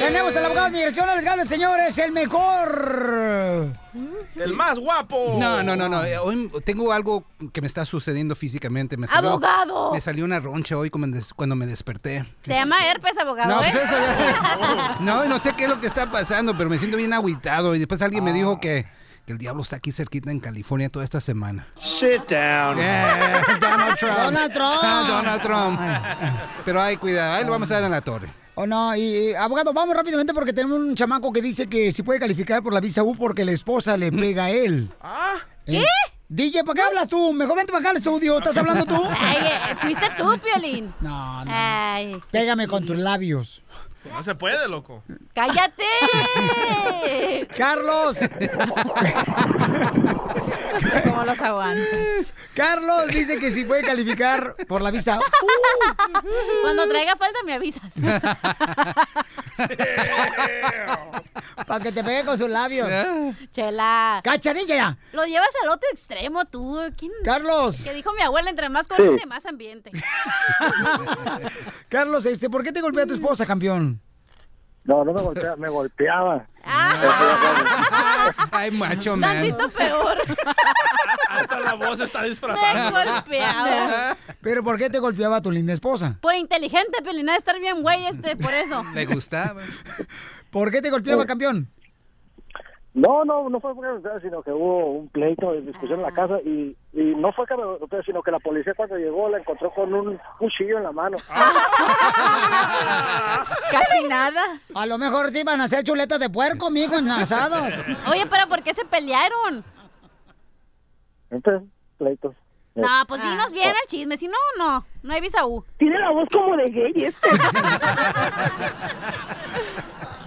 C: Tenemos al abogado de migración, Alex señores, el mejor.
B: El más guapo.
R: No, no, no,
C: Oh.
R: no. eh, Hoy tengo algo que me está sucediendo físicamente. Me salió,
G: ¡Abogado!
R: Me salió una roncha hoy cuando me, des- cuando me desperté.
G: Se llama herpes, abogado.
R: No,
G: ¿eh?
R: pues eso ya- no, no sé qué es lo que está pasando, pero me siento bien agüitado. Y después alguien me
B: Ah.
R: dijo que, que el diablo está aquí cerquita en California toda esta semana.
S: Sit down.
R: Yeah, Donald Trump.
C: Donald Trump.
R: Ah, Donald Trump. Pero hay cuidado, ahí lo vamos a dar en la torre.
C: Oh, no, y, y, abogado, vamos rápidamente porque tenemos un chamaco que dice que si puede calificar por la visa U porque la esposa le pega a él. ¿Ah?
G: Mm. ¿Qué?
C: DJ, ¿para qué hablas tú? Mejor vente para acá al estudio. ¿Estás hablando tú?
G: Ay, eh, fuiste tú, Piolín.
C: No,
G: no.
C: Pégame con tus labios.
B: No se puede, loco.
G: ¡Cállate!
C: ¡Carlos!
G: ¿Cómo los aguantas?
C: Carlos dice que si puede calificar por la visa U.
G: Cuando traiga falta me avisas.
C: Para que te pegue con sus labios.
G: Chela.
C: ¡Cachanilla!
G: Lo llevas al otro extremo tú. ¿Quién?
C: Carlos.
G: Que dijo mi abuela, entre más corriente,
C: Sí.
G: más ambiente.
C: Carlos, este, ¿por qué te golpea tu esposa, campeón?
M: No, no me golpeaba, me golpeaba.
R: Ay, macho, man.
G: Tantito peor.
B: Hasta la voz está
G: Me
B: disfrazada.
G: golpeaba.
C: ¿Pero por qué te golpeaba tu linda esposa?
G: Por inteligente, Piolín, ha de estar bien güey este, por eso.
R: Me gustaba.
C: ¿Por qué te golpeaba, campeón?
M: No, no, no fue porque sino que hubo un pleito, discusión en la casa y, y no fue que me golpeó, sino que la policía cuando llegó la encontró con un cuchillo en la mano.
R: Ah.
G: Casi nada.
C: A lo mejor sí van a hacer chuletas de puerco, mijo, en asados.
G: Oye, pero ¿por qué se pelearon?
M: Entonces, pleitos.
G: No, pues sí nos viene el chisme, si no, no, no hay visa U.
Q: Tiene la voz como de gay este.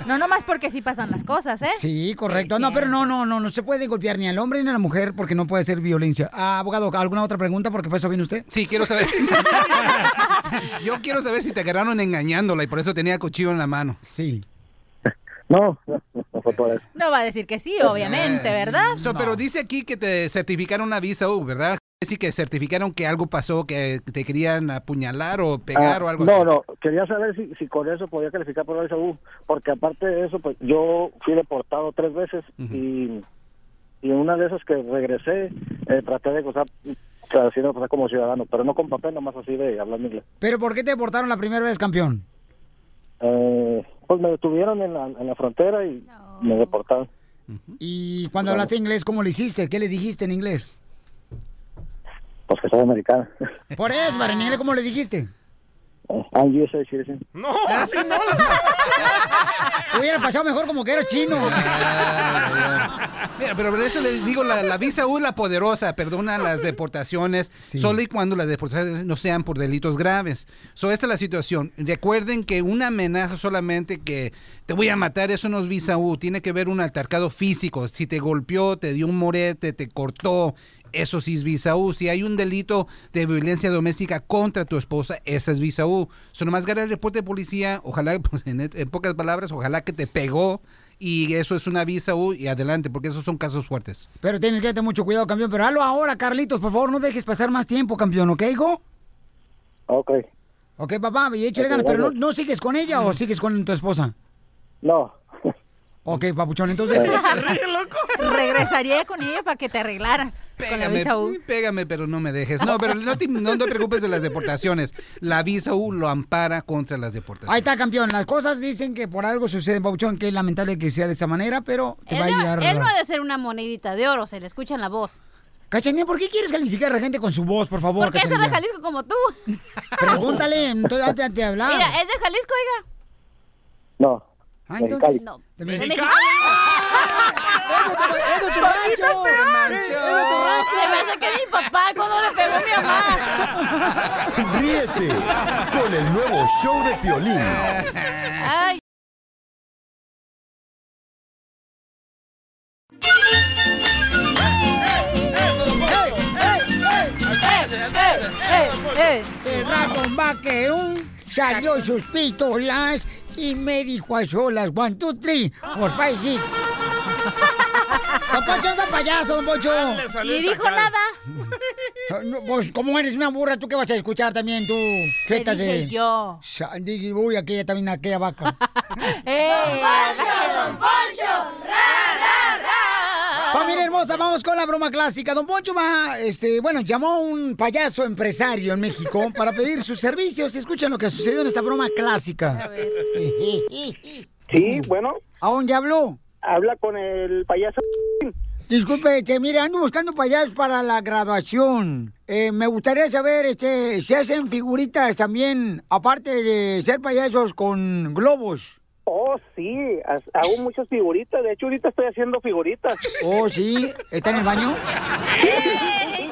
T: No nomás porque sí pasan las cosas, ¿eh?
C: Sí, correcto. No, pero no, no, no, no se puede golpear ni al hombre ni a la mujer porque no puede ser violencia. Ah, abogado, ¿alguna otra pregunta? Porque para eso viene usted.
R: Sí, quiero saber. Yo quiero saber si te agarraron engañándola y por eso tenía el cuchillo en la mano.
C: Sí.
M: No, no, no fue por eso.
T: No va a decir que sí, obviamente, ¿verdad?
R: So, Pero dice aquí que te certificaron una visa U, ¿verdad? Sí, que certificaron que algo pasó, que te querían apuñalar o pegar
M: Ah,
R: o algo
M: no,
R: así.
M: no, quería saber si, si con eso podía calificar por la visa U, porque aparte de eso, pues yo fui deportado tres veces y, y una de esas que regresé, eh, traté de gozar, haciendo cosas como ciudadano, pero no con papel, nomás así de hablando inglés.
C: ¿Pero por qué te deportaron la primera vez, campeón?
M: Eh, pues me detuvieron en la, en la frontera y me deportaron.
C: Y
R: Oh.
C: cuando hablaste inglés, ¿cómo lo hiciste? ¿Qué le dijiste en inglés?
M: Pues que soy americano.
C: Por eso, para en inglés, ¿cómo le dijiste?
M: I'm USA citizen.
B: No, así no.
C: Hubiera pasado mejor como que eres chino.
R: Mira, pero por eso les digo, la, la visa U es la poderosa, perdona las deportaciones, solo y cuando las deportaciones no sean por delitos graves. So, esta es la situación. Recuerden que una amenaza solamente que te voy a matar, eso no es visa U, tiene que ver un altercado físico. Si te golpeó, te dio un morete, te cortó, eso sí es visa U. Si hay un delito de violencia doméstica contra tu esposa, esa es visa U. Solo más gana el reporte de policía, ojalá, pues, en, en pocas palabras, ojalá que te pegó y eso es una visa U y adelante, porque esos son casos fuertes.
C: Pero tienes que tener mucho cuidado, campeón. Pero hazlo ahora, Carlitos, por favor, no dejes pasar más tiempo, campeón, ¿ok, hijo?
M: Ok.
C: Ok, papá, y échale
M: Ok,
C: ganas, pero no,
M: gracias.
C: no sigues con ella o sigues con tu esposa?
M: No.
C: Ok, papuchón, entonces.
M: Sí, se
C: loco.
T: regresaría con ella para que te arreglaras. Con la
R: Pégame, mm,
T: visa U.
R: pégame, pero no me dejes. No, pero no te, no te preocupes de las deportaciones. La visa U lo ampara contra las deportaciones.
C: Ahí está, campeón. Las cosas dicen que por algo sucede, Pauchón, que es lamentable que sea de esa manera, pero te
G: Él,
C: va a
G: no-
C: ayudar.
G: él no ha de ser una monedita de oro, se le escucha en la voz.
C: Cachanilla, ¿por qué quieres calificar a la gente con su voz, por favor?
G: ¿Por qué es de
C: Cachanilla?
G: Jalisco como tú?
C: Pregúntale, entonces, antes de hablar.
G: Mira, es de Jalisco, oiga.
P: No.
C: Ah,
P: Mexicali.
C: entonces,
G: No.
C: de
G: ¿De
C: Mexicali.
G: Mexicali?
C: ¡Es de tu
G: Poquito
C: rancho!
G: peor.
C: ¡Es de tu rancho!
G: Se me hace que es mi papá cuando le pegó mi mamá.
N: Ríete con el nuevo show de
R: Ah,
N: Piolín.
G: Ay. Eh,
C: El ratón vaquerón salió sus pistolas y me dijo a solas, one, two, three, four, five, six. Don Poncho es un payaso, Don Poncho.
G: Ni dijo nada.
C: No, Pues, ¿cómo eres una burra? ¿Tú qué vas a escuchar también, tú?
G: Te
C: Jetas
G: dije
C: de...
G: yo.
C: Sa- Dije, uy, aquella también, aquella vaca.
G: Don Poncho!
C: Familia hermosa, vamos con la broma clásica. Don Poncho va, este, bueno, llamó a un payaso empresario en México para pedir sus servicios. Escuchen lo que sucedió en esta broma clásica.
M: Sí, bueno.
C: ¿A dónde habló?
M: Habla con el payaso.
C: Disculpe, este, mire, ando buscando payasos para la graduación. Eh, me gustaría saber, este, si hacen figuritas también, aparte de ser payasos con globos.
M: Oh, sí, ha- hago muchas figuritas. De hecho, ahorita estoy haciendo figuritas.
C: Oh, sí, está en el baño. Ha-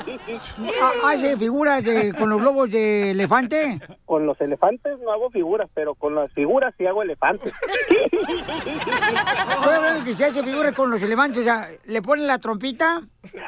C: Ah, ¿Hace figuras de- con los globos de elefante?
M: Con los elefantes no hago figuras, pero con las figuras sí hago elefantes.
C: Estoy hablando que se hace figuras con los elefantes, o sea, le ponen la trompita.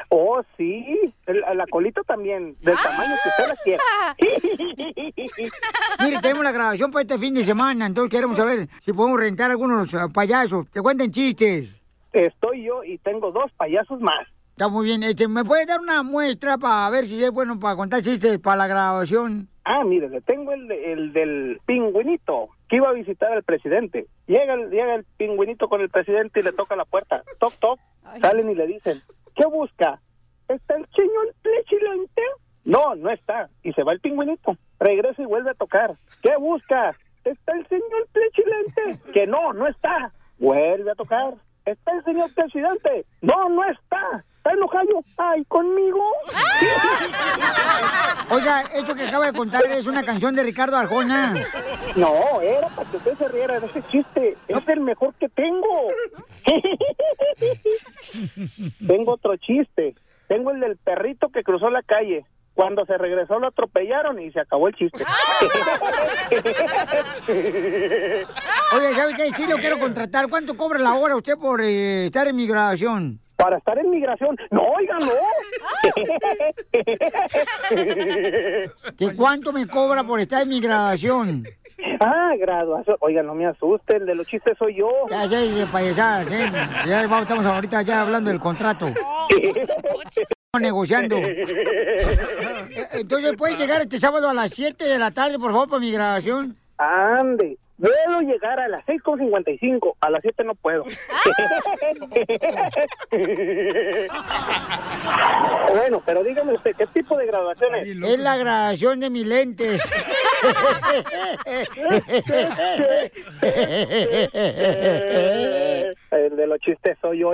M: Oh, sí, el- la colita también, del tamaño que usted la quiera.
C: Mire, tenemos la grabación para este fin de semana, entonces queremos saber si podemos rentar algunos eh, payasos que cuenten chistes.
M: Estoy yo y tengo dos payasos más.
C: Está muy bien. Este, ¿Me puede dar una muestra para ver si es bueno para contar chistes para la grabación?
M: Ah, mire, le tengo el, de- el del pingüinito que iba a visitar al presidente. Llega el, llega el pingüinito con el presidente y le toca la puerta. Toc, toc. Salen y le dicen, ¿qué busca? ¿Está el señor Plechilante? No, no está. Y se va el pingüinito. Regresa y vuelve a tocar. ¿Qué busca? ¿Está el señor Plechilante? Que no, no está. Vuelve a tocar. ¿Está el señor presidente? No, no está. ¿Está enojado? Ay, conmigo.
C: Oiga, eso que acaba de contar es una canción de Ricardo Arjona.
M: No, era para que usted se riera de ese chiste. Es el mejor que tengo. tengo otro chiste. Tengo el del perrito que cruzó la calle. Cuando se regresó lo atropellaron y se acabó el chiste.
C: Oiga, ¿sabe qué? Sí, lo quiero contratar. ¿Cuánto cobra la hora usted por eh, estar en mi grabación?
M: Para estar en migración. No, oiga, no.
C: ¿Que cuánto me cobra por estar en mi grabación?
M: ah, graduación. Oiga, no me asusten, de los chistes soy yo.
C: Ya sé, de payasadas, ¿eh? Ya vamos- estamos ahorita ya hablando del contrato. Estamos negociando. Eh, Entonces, ¿puedes llegar este sábado a las 7 de la tarde, por favor, para mi grabación?
M: Ande, debo llegar a las 6.55. A las 7 no puedo.
F: Ah.
M: bueno, pero dígame usted, este, ¿qué tipo de graduación es?
C: Es la grabación de mis lentes.
M: Este,
C: Eh.
M: El de los chistes soy yo.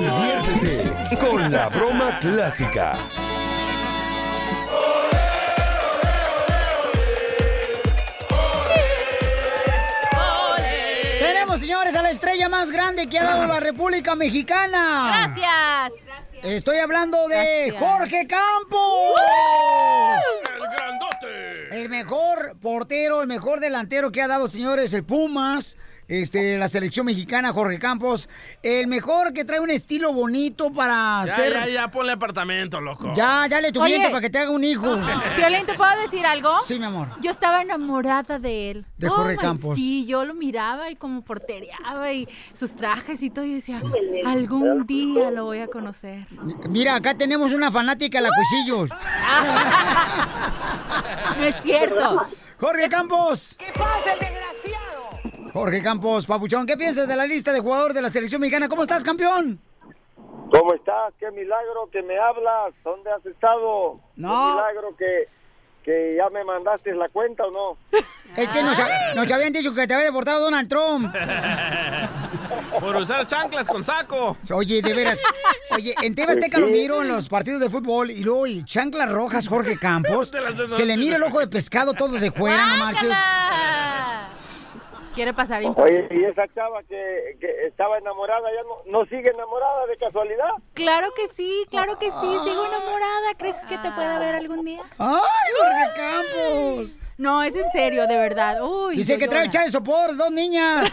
N: Diviértete con la broma clásica.
C: Tenemos, señores, a la estrella más grande que ha dado la República Mexicana.
G: Gracias.
C: Estoy hablando de
G: Gracias.
C: Jorge Campos.
G: ¡El grandote!
C: El mejor portero, el mejor delantero que ha dado, señores, el Pumas. Este, la selección mexicana, Jorge Campos. El mejor que trae un estilo bonito para
B: Ya,
C: hacer.
B: ya, ya, ponle apartamento, loco.
C: Ya, dale tu
T: Oye.
C: viento para que te haga un hijo.
T: Violento, ¿puedo decir algo?
C: Sí, mi amor.
T: Yo estaba enamorada de él.
C: De
T: Oh,
C: Jorge
T: my,
C: Campos.
T: Sí, yo lo miraba y como portereaba y sus trajes y todo. Y decía, algún día lo voy a conocer.
C: Mira, acá tenemos una fanática, la Cuchillos.
T: No es cierto.
C: Jorge Campos.
F: ¿Qué pasa, el desgraciado?
C: Jorge Campos, Papuchón, ¿qué piensas de la lista de jugador de la selección mexicana? ¿Cómo estás, campeón?
U: ¿Cómo estás? Qué milagro que me hablas. ¿Dónde has estado?
C: No.
U: Qué milagro que, que ya me mandaste la cuenta o no.
C: Es que nos, nos habían dicho que te había deportado Donald Trump.
B: Por usar chanclas con saco.
C: Oye, de veras. Oye, en TV Azteca lo miro en los partidos de fútbol y luego y chanclas rojas Jorge Campos. Se le mira el ojo de pescado todo de fuera, no marches.
O: Quiere pasar
U: Oye, y esa chava que, que estaba enamorada, ¿ya no, no sigue enamorada de casualidad?
T: Claro que sí, claro que sí, sigo enamorada. ¿Crees que te pueda ver algún día?
C: Ah. ¡Ay, Jorge Campos!
T: No, es en serio, de verdad. Uy,
C: Dice
T: yo
C: que trae
T: llora.
C: chá de sopor, dos niñas.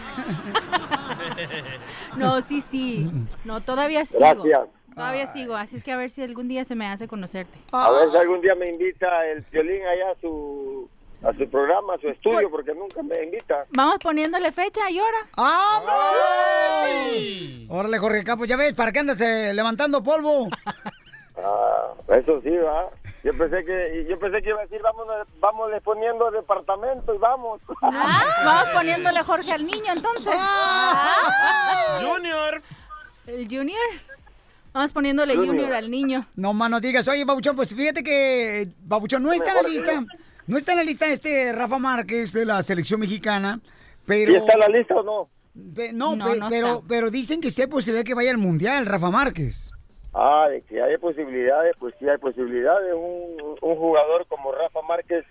T: No, sí, sí. No, todavía sigo.
U: Gracias.
T: Todavía sigo, así es que a ver si algún día se me hace conocerte.
U: A
O: Ah.
U: ver si algún día me invita el violín allá a su, a su programa, a su estudio,
O: Pues-
U: porque nunca me invita.
T: Vamos poniéndole fecha y hora.
C: ¡Vamos! Órale, Jorge Campos, ya ves, ¿para qué andas eh, levantando polvo?
U: Ah, eso sí, va. Yo pensé que yo pensé que iba a decir, vamos, vamos poniendo departamento y vamos.
T: Vamos poniéndole Jorge al niño, entonces.
B: Junior.
T: ¿El Junior? Vamos poniéndole
C: Junior.
T: Junior, al niño.
C: No, mano, digas, oye, Babuchón, pues fíjate que Babuchón no está en la lista. No está en la lista este Rafa Márquez de la selección mexicana, pero...
U: ¿Y está en la lista o no?
C: Pe- no,
U: No,
C: pe-
U: no
C: pero,
U: está.
C: pero dicen que sí hay posibilidad que vaya al Mundial, Rafa Márquez.
U: Ah, de que hay posibilidades, pues sí hay posibilidades. Un, un jugador como Rafa Márquez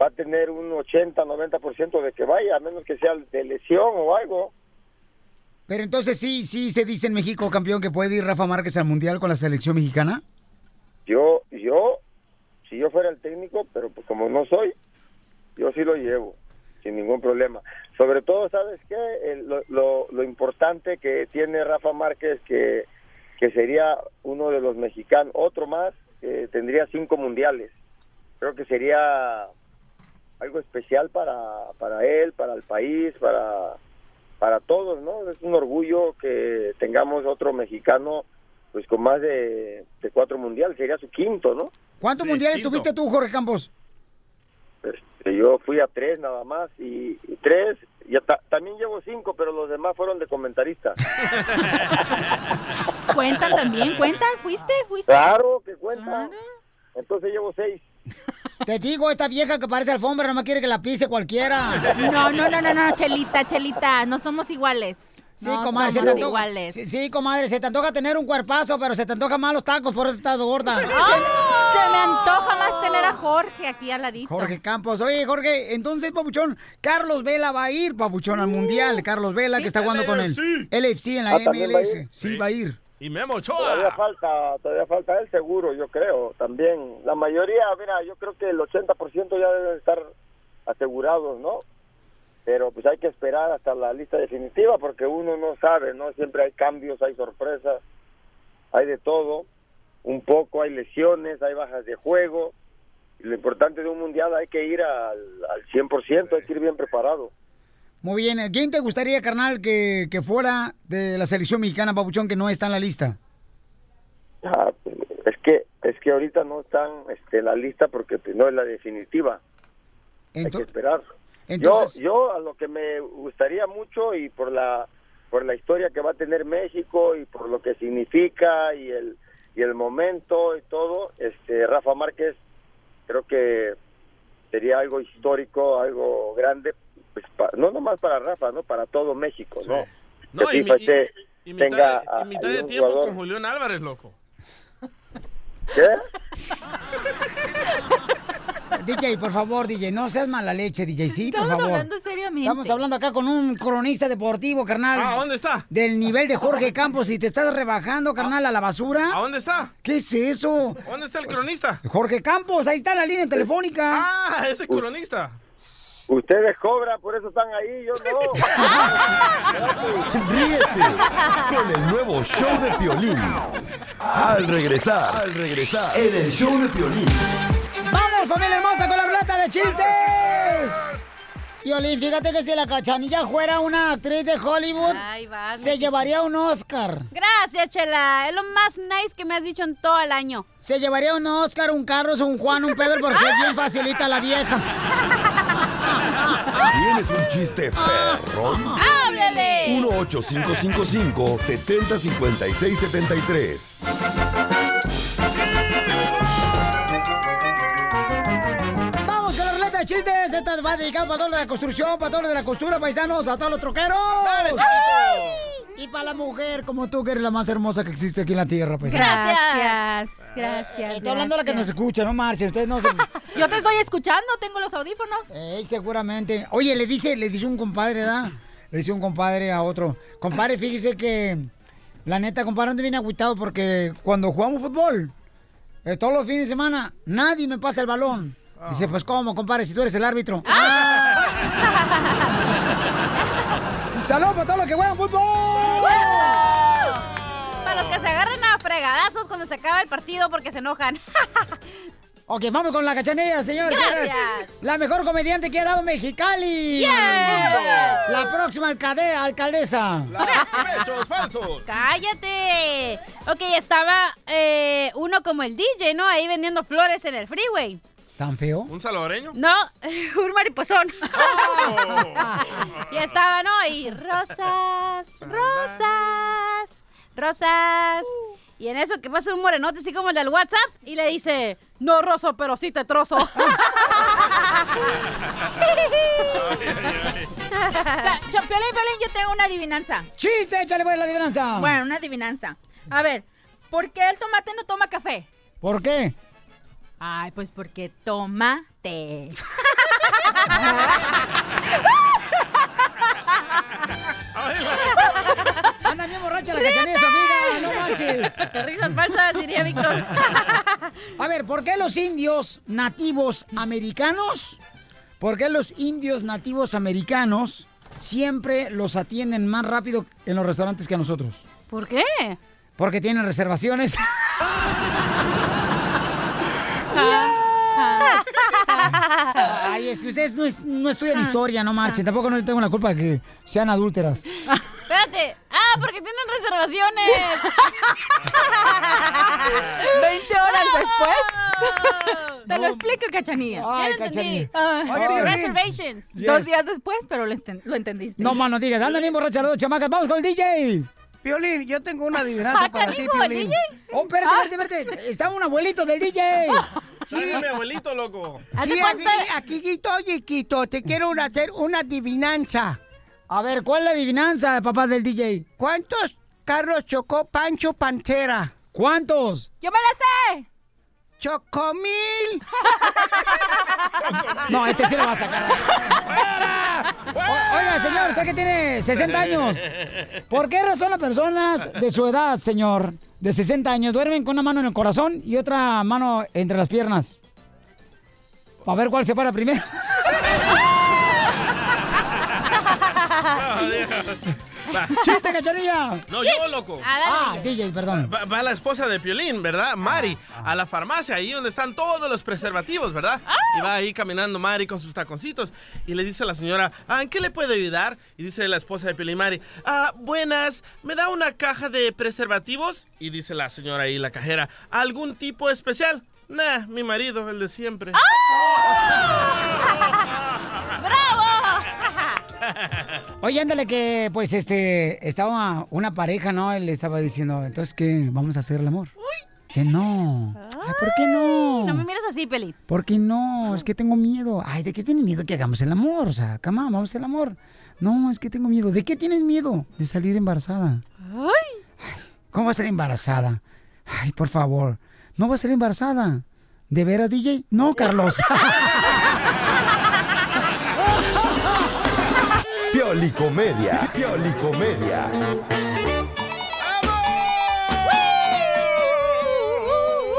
U: va a tener un 80-90% de que vaya, a menos que sea de lesión o algo.
C: Pero entonces sí, sí se dice en México, campeón, que puede ir Rafa Márquez al Mundial con la selección mexicana.
U: Yo, yo, si yo fuera el técnico, pero pues como no soy, yo sí lo llevo, sin ningún problema. Sobre todo, ¿sabes qué? El- lo, lo- lo importante que tiene Rafa Márquez, que, que sería uno de los mexicanos, otro más, eh, tendría cinco mundiales. Creo que sería algo especial para, para él, para el país, para, para todos, ¿no? Es un orgullo que tengamos otro mexicano pues con más de, de cuatro mundiales, sería su quinto, ¿no?
C: ¿Cuántos mundiales tuviste tú, Jorge Campos?
U: Este, Yo fui a tres nada más y, y tres, y ta- también llevo cinco, pero los demás fueron de comentarista.
T: Cuentan también, cuentan, fuiste, fuiste.
U: claro que cuenta. Entonces llevo seis.
C: Te digo, esta vieja que parece alfombra no me quiere que la pise cualquiera.
T: No, no, no, no, no, Chelita, Chelita, no somos iguales.
C: Sí,
T: No
C: comadre, se te
T: somos
C: antoja.
T: iguales.
C: Sí, sí, comadre, se te antoja tener un cuerpazo, pero se te antoja más los tacos, por eso estás gorda.
T: Se me antoja más tener a Jorge aquí al ladito.
C: Jorge Campos, oye Jorge, entonces Papuchón, Carlos Vela va a ir, Papuchón, al Mundial, Carlos Vela que está jugando con el LFC en la
U: Ah, ¿también va a
C: MLS,
U: ir?
C: sí va a ir.
B: Y Memo
U: Todavía
B: Ochoa.
U: falta, todavía falta él seguro, yo creo, también. La mayoría, mira, yo creo que el 80% ya deben estar asegurados, ¿no? Pero pues hay que esperar hasta la lista definitiva porque uno no sabe, ¿no? Siempre hay cambios, hay sorpresas, hay de todo, un poco, hay lesiones, hay bajas de juego. Y Lo importante de un mundial hay que ir al, al 100%, hay que ir bien preparado.
C: Muy bien, ¿eh? ¿quién te gustaría, carnal, que, que fuera de la selección mexicana, Papuchón, que no está en la lista?
U: Ah, pues, es que es que ahorita no están este, en la lista porque pues, no es la definitiva. Hay que esperar.
C: entonces-
U: yo, yo a lo que me gustaría mucho y por la por la historia que va a tener México y por lo que significa y el y el momento y todo, este Rafa Márquez creo que sería algo histórico, algo grande, pues, pa- no nomás para Rafa, no para todo México, ¿no?
B: No,
U: Que
B: y, mi-
U: FIFA
B: y-
U: esté-
B: y mitad,
U: tenga
B: de-
U: a-
B: y mitad
U: ahí
B: eh, de
U: ah, un
B: tiempo
U: jugador.
B: con Julián Álvarez, loco.
U: ¿Qué?
C: DJ, por favor, DJ, no seas mala leche, DJ, sí, por
T: Estamos
C: favor.
T: hablando seriamente.
C: Estamos hablando acá con un cronista deportivo, carnal.
T: Ah, ¿dónde está?
C: Del nivel de Jorge Campos y te estás rebajando, carnal, a la basura. ¿A
B: Ah. dónde está?
C: ¿Qué es eso?
B: ¿Dónde está el cronista?
C: Jorge Campos, ahí está la línea telefónica.
B: Ah, ese cronista.
U: Ustedes cobran, por eso están ahí, yo no.
N: Ríete con el nuevo show de Piolín. Al regresar, al regresar, en el show de Piolín.
C: ¡Vamos, familia hermosa, con la plata de chistes! Violín, fíjate que si la cachanilla fuera una actriz de Hollywood,
G: Ahí va,
C: se
G: mijito.
C: llevaría un Oscar.
G: Gracias, Chela. Es lo más nice que me has dicho en todo el año.
C: Se llevaría un Oscar, un Carlos, un Juan, un Pedro, porque es bien facilita la vieja.
N: ¿Tienes un chiste perrón?
F: ¡Háblele!
N: 1-855-705673.
C: Vamos con la ruleta de chistes. Esta va dedicada para todos los de la construcción, para todos los de la costura, paisanos, a todos los troqueros. ¡Ay! Y para la mujer como tú, que eres la más hermosa que existe aquí en la tierra, paisanos.
O: Gracias. Gracias.
C: eh, Estoy hablando a la que nos escucha, no marchen, ustedes no se...
O: Yo te estoy escuchando, tengo los audífonos.
C: Ey, seguramente. Oye, le dice, le dice un compadre, ¿verdad? Le dice un compadre a otro. Compadre, fíjese que la neta, compadre, ando bien agüitado porque cuando jugamos fútbol, eh, todos los fines de semana, nadie me pasa el balón. Dice, pues cómo, compadre, si tú eres el árbitro. Saludos para todos los que juegan fútbol.
G: Para los que se agarren a fregadazos cuando se acaba el partido porque se enojan.
C: Ok, vamos con la cachanilla, señores.
G: Gracias.
C: La mejor comediante que ha dado Mexicali.
F: Yes.
C: La próxima alcalde- alcaldesa.
G: ¡Cállate! Ok, estaba eh, uno como el DJ, ¿no? Ahí vendiendo flores en el freeway.
C: ¿Tan feo?
B: ¿Un salvadoreño?
G: No, un mariposón. y estaba, ¿no? Y rosas, rosas, rosas. Y en eso que pasa un morenote así como el del WhatsApp y le dice, no roso, pero sí te trozo.
A: Ta- Yo, Piolín, Piolín, yo tengo una adivinanza.
C: ¡Chiste! ¡Échale pues la adivinanza!
A: Bueno, una adivinanza. A ver, ¿por qué el tomate no toma café?
C: ¿Por qué?
A: Ay, pues porque toma té.
C: Anda bien borracha la cachanilla, su amiga, no marches.
G: Risas falsas, diría Víctor.
C: A ver, ¿por qué los indios nativos americanos? ¿Por qué los indios nativos americanos siempre los atienden más rápido en los restaurantes que a nosotros?
G: ¿Por qué?
C: Porque tienen reservaciones. Ay, es que ustedes no, es- no
G: Ah.
C: estudian historia, no marchen. Tampoco no tengo la culpa de que sean adúlteras.
G: Espérate. Ah, porque tienen reservaciones.
A: 20 horas después. Te lo explico, Cachanilla.
C: Ay,
A: Ya lo entendí.
C: Cachanilla.
A: Ah,
C: Oye, Piolín.
A: reservations.
C: Yes.
A: Dos días después, pero lo, enten- lo entendiste.
C: No más no digas, anda bien borracha las dos chamacas. Vamos con el DJ.
I: Piolín, yo tengo una adivinanza para ti, Piolín.
C: Oh, espérate, espérate, espérate. Está un abuelito del DJ.
B: Sale mi abuelito, loco.
I: Sí, aquí, aquí, y Quito, te quiero una- hacer una adivinanza.
C: A ver, ¿cuál es la adivinanza, papá del DJ?
I: ¿Cuántos carros chocó Pancho Pantera?
C: ¿Cuántos?
A: ¡Yo me la sé!
I: ¡Chocomil!
C: No, este sí lo va a sacar. O- Oiga, señor, usted que tiene 60 años. ¿Por qué razón las personas de su edad, señor, de 60 años, duermen con una mano en el corazón y otra mano entre las piernas? A ver cuál se para primero. ¡Chiste, cacharilla!
B: No, yo, loco.
C: Ah, DJ, perdón. Ah,
B: Va, va la esposa de Piolín, ¿verdad? Mari, a la farmacia, ahí donde están todos los preservativos, ¿verdad?
G: Ah.
B: Y va ahí caminando Mari con sus taconcitos. Y le dice a la señora, ah, ¿en qué le puedo ayudar? Y dice la esposa de Piolín, Mari, ah, buenas, ¿me da una caja de preservativos? Y dice la señora ahí, la cajera, ¿algún tipo especial? Nah, mi marido, el de siempre.
G: Ah.
C: Oye, ándale que, pues, este, estaba una pareja, ¿no? Él le estaba diciendo, entonces, ¿qué? ¿Vamos a hacer el amor? Dice, no. Ay, ¿por qué no?
G: No me miras así, Peli.
C: ¿Por qué no? Es que tengo miedo. Ay, ¿de qué tienes miedo que hagamos el amor? O sea, come on, vamos a hacer el amor. No, es que tengo miedo. ¿De qué tienes miedo? De salir embarazada. ¿Cómo va a ser embarazada? Ay, por favor. No va a ser embarazada. ¿De veras, DJ? No, Carlos.
N: Piolicomedia. Piolicomedia.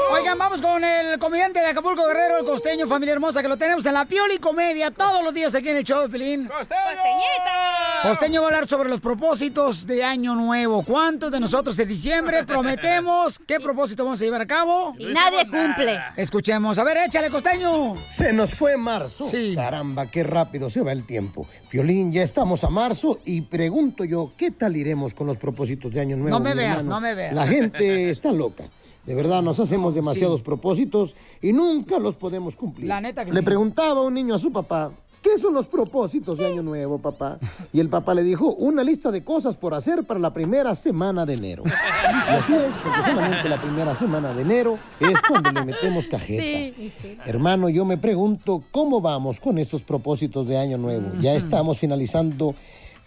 C: Oigan, vamos con el comediante de Acapulco Guerrero, el costeño, familia hermosa, que lo tenemos en la Pioli Comedia todos los días aquí en el show de Pelín.
A: ¡Costeñita!
C: Costeño va a hablar sobre los propósitos de Año Nuevo. ¿Cuántos de nosotros en diciembre prometemos qué propósito vamos a llevar a cabo?
G: Y nadie cumple.
C: Escuchemos. A ver, échale, costeño.
I: Se nos fue marzo. Caramba, qué rápido se va el tiempo. Violín, ya estamos a marzo y pregunto yo, ¿qué tal iremos con los propósitos de Año Nuevo?
C: No me
I: mi
C: veas, no me veas.
I: La gente está loca. De verdad, nos hacemos demasiados propósitos y nunca los podemos cumplir.
C: La neta que
I: Le
C: sí.
I: preguntaba un niño a su papá, ¿qué ¿Cuáles son los propósitos de Año Nuevo, papá? Y el papá le dijo, una lista de cosas por hacer para la primera semana de enero. Y así es, porque solamente la primera semana de enero es cuando le metemos cajeta. Hermano, yo me pregunto cómo vamos con estos propósitos de año nuevo. Ya estamos finalizando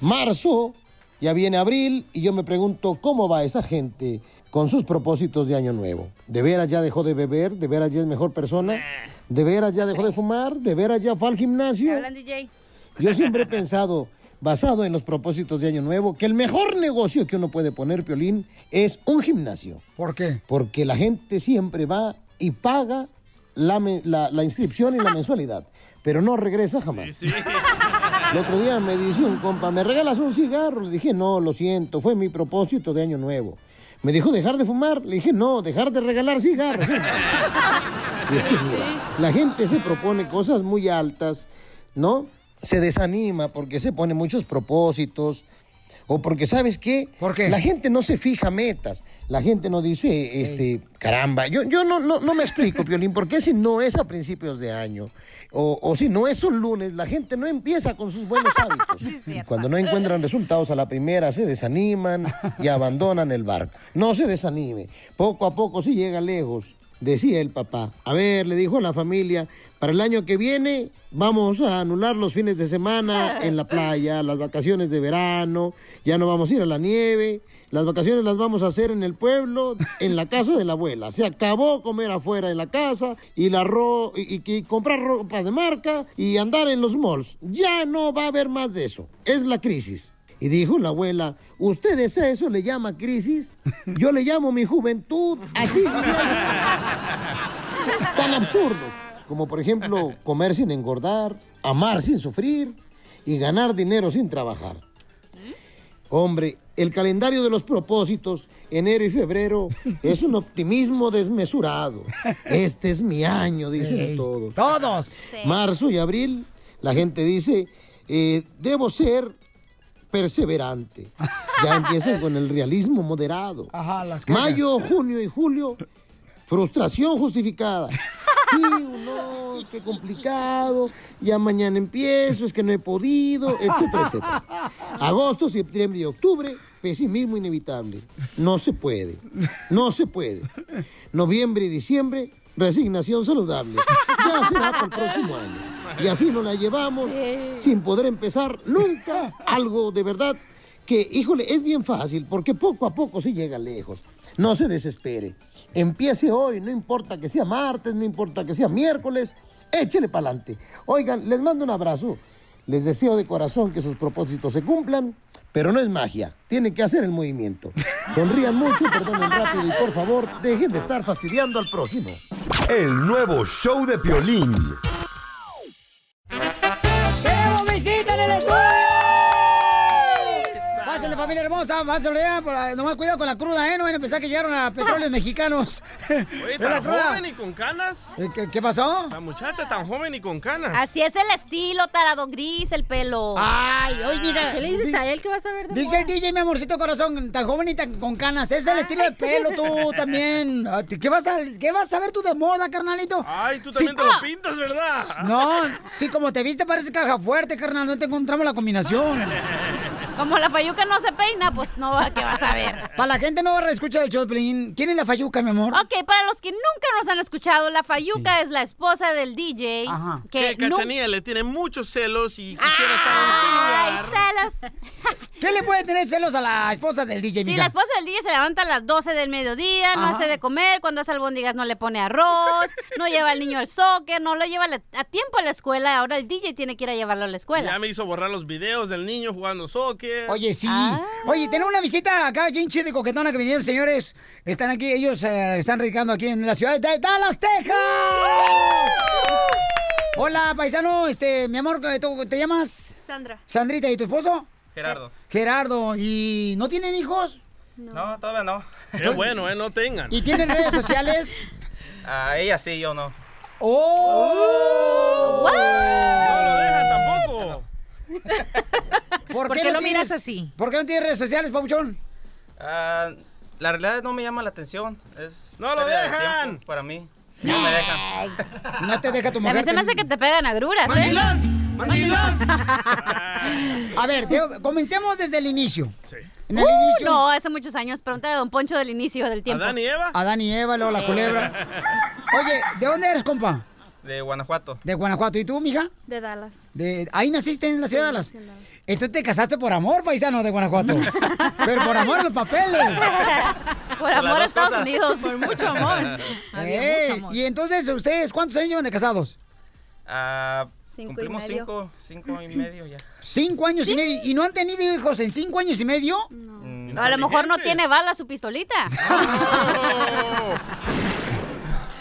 I: marzo, ya viene abril y yo me pregunto cómo va esa gente con sus propósitos de año nuevo. ¿De veras ya dejó de beber? ¿De veras ya es mejor persona? ¿De veras ya dejó de fumar? ¿De veras ya fue al gimnasio?
G: Hablan DJ.
I: Yo siempre he pensado, basado en los propósitos de Año Nuevo, que el mejor negocio que uno puede poner, Piolín, es un gimnasio.
C: ¿Por qué?
I: Porque la gente siempre va y paga la, me- la- la inscripción y la mensualidad, pero no regresa jamás. El otro día me dice un compa, ¿me regalas un cigarro? Le dije, no, lo siento, fue mi propósito de Año Nuevo. Me dijo, ¿dejar de fumar? Le dije, no, dejar de regalar cigarros. Y es que, mira, la gente se propone cosas muy altas, ¿no? Se desanima porque se pone muchos propósitos. O porque, ¿sabes qué? La gente no se fija metas. La gente no dice, este, caramba. Yo, yo no, no, no me explico, Piolín, ¿por qué si no es a principios de año? O, o si no es un lunes, la gente no empieza con sus buenos hábitos. Y cuando no encuentran resultados a la primera, se desaniman y abandonan el barco. No se desanime. Poco a poco sí llega lejos, decía el papá. A ver, le dijo a la familia, para el año que viene vamos a anular los fines de semana en la playa, las vacaciones de verano, ya no vamos a ir a la nieve. Las vacaciones las vamos a hacer en el pueblo, en la casa de la abuela. Se acabó comer afuera de la casa y la ro y, y- y comprar ropa de marca y andar en los malls. Ya no va a haber más de eso. Es la crisis. Y dijo la abuela, ¿ustedes a eso le llama crisis? Yo le llamo mi juventud. Así vivía yo. Tan absurdos. Como por ejemplo, comer sin engordar, amar sin sufrir y ganar dinero sin trabajar. Hombre, el calendario de los propósitos, enero y febrero, es un optimismo desmesurado. Este es mi año, dicen
C: Ey,
I: todos.
C: Todos.
I: Marzo y abril, la gente dice, eh, debo ser perseverante. Ya empiezan con el realismo moderado.
C: Ajá, las cagas.
I: Mayo, junio y julio, frustración justificada. Sí, no, qué complicado, ya mañana empiezo, es que no he podido, etcétera, etcétera. Agosto, septiembre y octubre, pesimismo inevitable. No se puede, no se puede. Noviembre y diciembre, resignación saludable. Ya será para el próximo año. Y así nos la llevamos sin poder empezar nunca algo de verdad que, híjole, es bien fácil porque poco a poco se llega lejos. No se desespere. Empiece hoy, no importa que sea martes, no importa que sea miércoles, échele para adelante. Oigan, les mando un abrazo. Les deseo de corazón que sus propósitos se cumplan, pero no es magia. Tienen que hacer el movimiento. Sonrían mucho, perdonen rápido y por favor, dejen de estar fastidiando al prójimo.
N: El nuevo show de Piolín.
C: ¡Tenemos visita en el estudio! Pásale, familia hermosa, pásale, ya, por ahí. nomás cuidado con la cruda, ¿eh? No van a pensar que llegaron a petróleos mexicanos.
B: Oye,
C: Es la
B: tan
C: cruda.
B: joven y con canas.
C: Eh, ¿Qué, qué pasó?
B: La muchacha tan joven y con canas.
G: Así es el estilo, tarado gris, el pelo. Ah,
C: Ay, oye, mira.
G: ¿Qué le dices
C: di-
G: a él que vas a ver de
C: Dice el DJ, mi amorcito corazón, tan joven y tan con canas. Es el estilo de pelo, tú también. Ah, ¿Qué vas a, qué vas a ver tú de moda, carnalito? Ah. Ay,
B: Tú también te lo pintas, ¿verdad?
C: No, sí, como te viste parece caja fuerte, carnal. No te encontramos la combinación.
G: Como la payuca no se peina, pues no va que vas a ver.
C: Para la gente no escucha el Choplin. ¿Quién es la Fayuca, mi amor?
G: Ok, para los que nunca nos han escuchado, la Fayuca es la esposa del DJ.
B: Que
G: Que nu-
B: Cachanía le tiene muchos celos y quisiera
G: Ay,
B: estar en su lugar.
G: celos.
C: ¿Qué le puede tener celos a la esposa del DJ,
G: Sí,
C: mija?
G: la esposa del DJ se levanta a las 12 del mediodía, no
C: Ajá.
G: hace de comer, cuando hace albóndigas no le pone arroz, no lleva al niño al soccer, no lo lleva a la- a tiempo a la escuela, ahora el DJ tiene que ir a llevarlo a la escuela.
B: Ya me hizo borrar los videos del niño jugando soccer.
C: Oye, sí.
G: Ah.
C: Oye, tenemos una visita acá, bien chida y coquetona que vinieron, señores. Están aquí, ellos eh, están radicando aquí en la ciudad de Dallas, Texas. Hola, paisano, este, mi amor, ¿tú- ¿te llamas?
G: Sandra.
C: Sandrita, ¿y tu esposo?
V: Gerardo.
C: Gerardo, ¿y no tienen hijos?
V: No, todavía no.
B: Qué bueno, ¿eh? No tengan.
C: ¿Y tienen redes sociales?
V: Ah, ella sí, yo no.
C: ¡Oh!
B: No lo deja tampoco.
C: ¿Por,
V: ¿Por
C: qué,
V: qué
C: no
V: lo miras
C: tienes-
V: así?
C: ¿Por qué no tienes redes sociales, Pabuchón?
V: Ah, la realidad no me llama la atención. Es
B: ¡No lo
V: pérdida de
B: dejan!
V: tiempo Para mí. No me dejan.
C: No te deja tu
G: A mí se me hace que te pegan agruras, ¿eh?
C: A ver, Teo, comencemos desde el inicio. En el
G: Uh,
C: inicio-
G: no, hace muchos años. Pregúntale a Don Poncho del inicio del tiempo.
V: ¿Adán y Eva?
C: Adán y Eva, luego la
V: Sí.
C: culebra. Oye, ¿de dónde eres, compa?
V: De Guanajuato.
C: De Guanajuato. ¿Y tú, mija?
W: De Dallas.
C: De, ahí naciste en la ciudad de Dallas. Entonces te casaste por amor, paisano de Guanajuato. Pero por amor a los papeles.
G: Por
C: las
G: amor a
C: dos
G: Estados
C: cosas.
G: Unidos.
C: Por mucho amor.
G: Había
C: Ey,
G: mucho amor.
C: Y entonces, ¿ustedes cuántos años llevan de casados?
V: Ah,
G: Cinco y
V: cumplimos
G: medio.
V: cinco, cinco y medio ya.
C: Cinco años y medio. ¿Y no han tenido hijos en cinco años y medio?
G: A lo mejor no tiene bala su pistolita.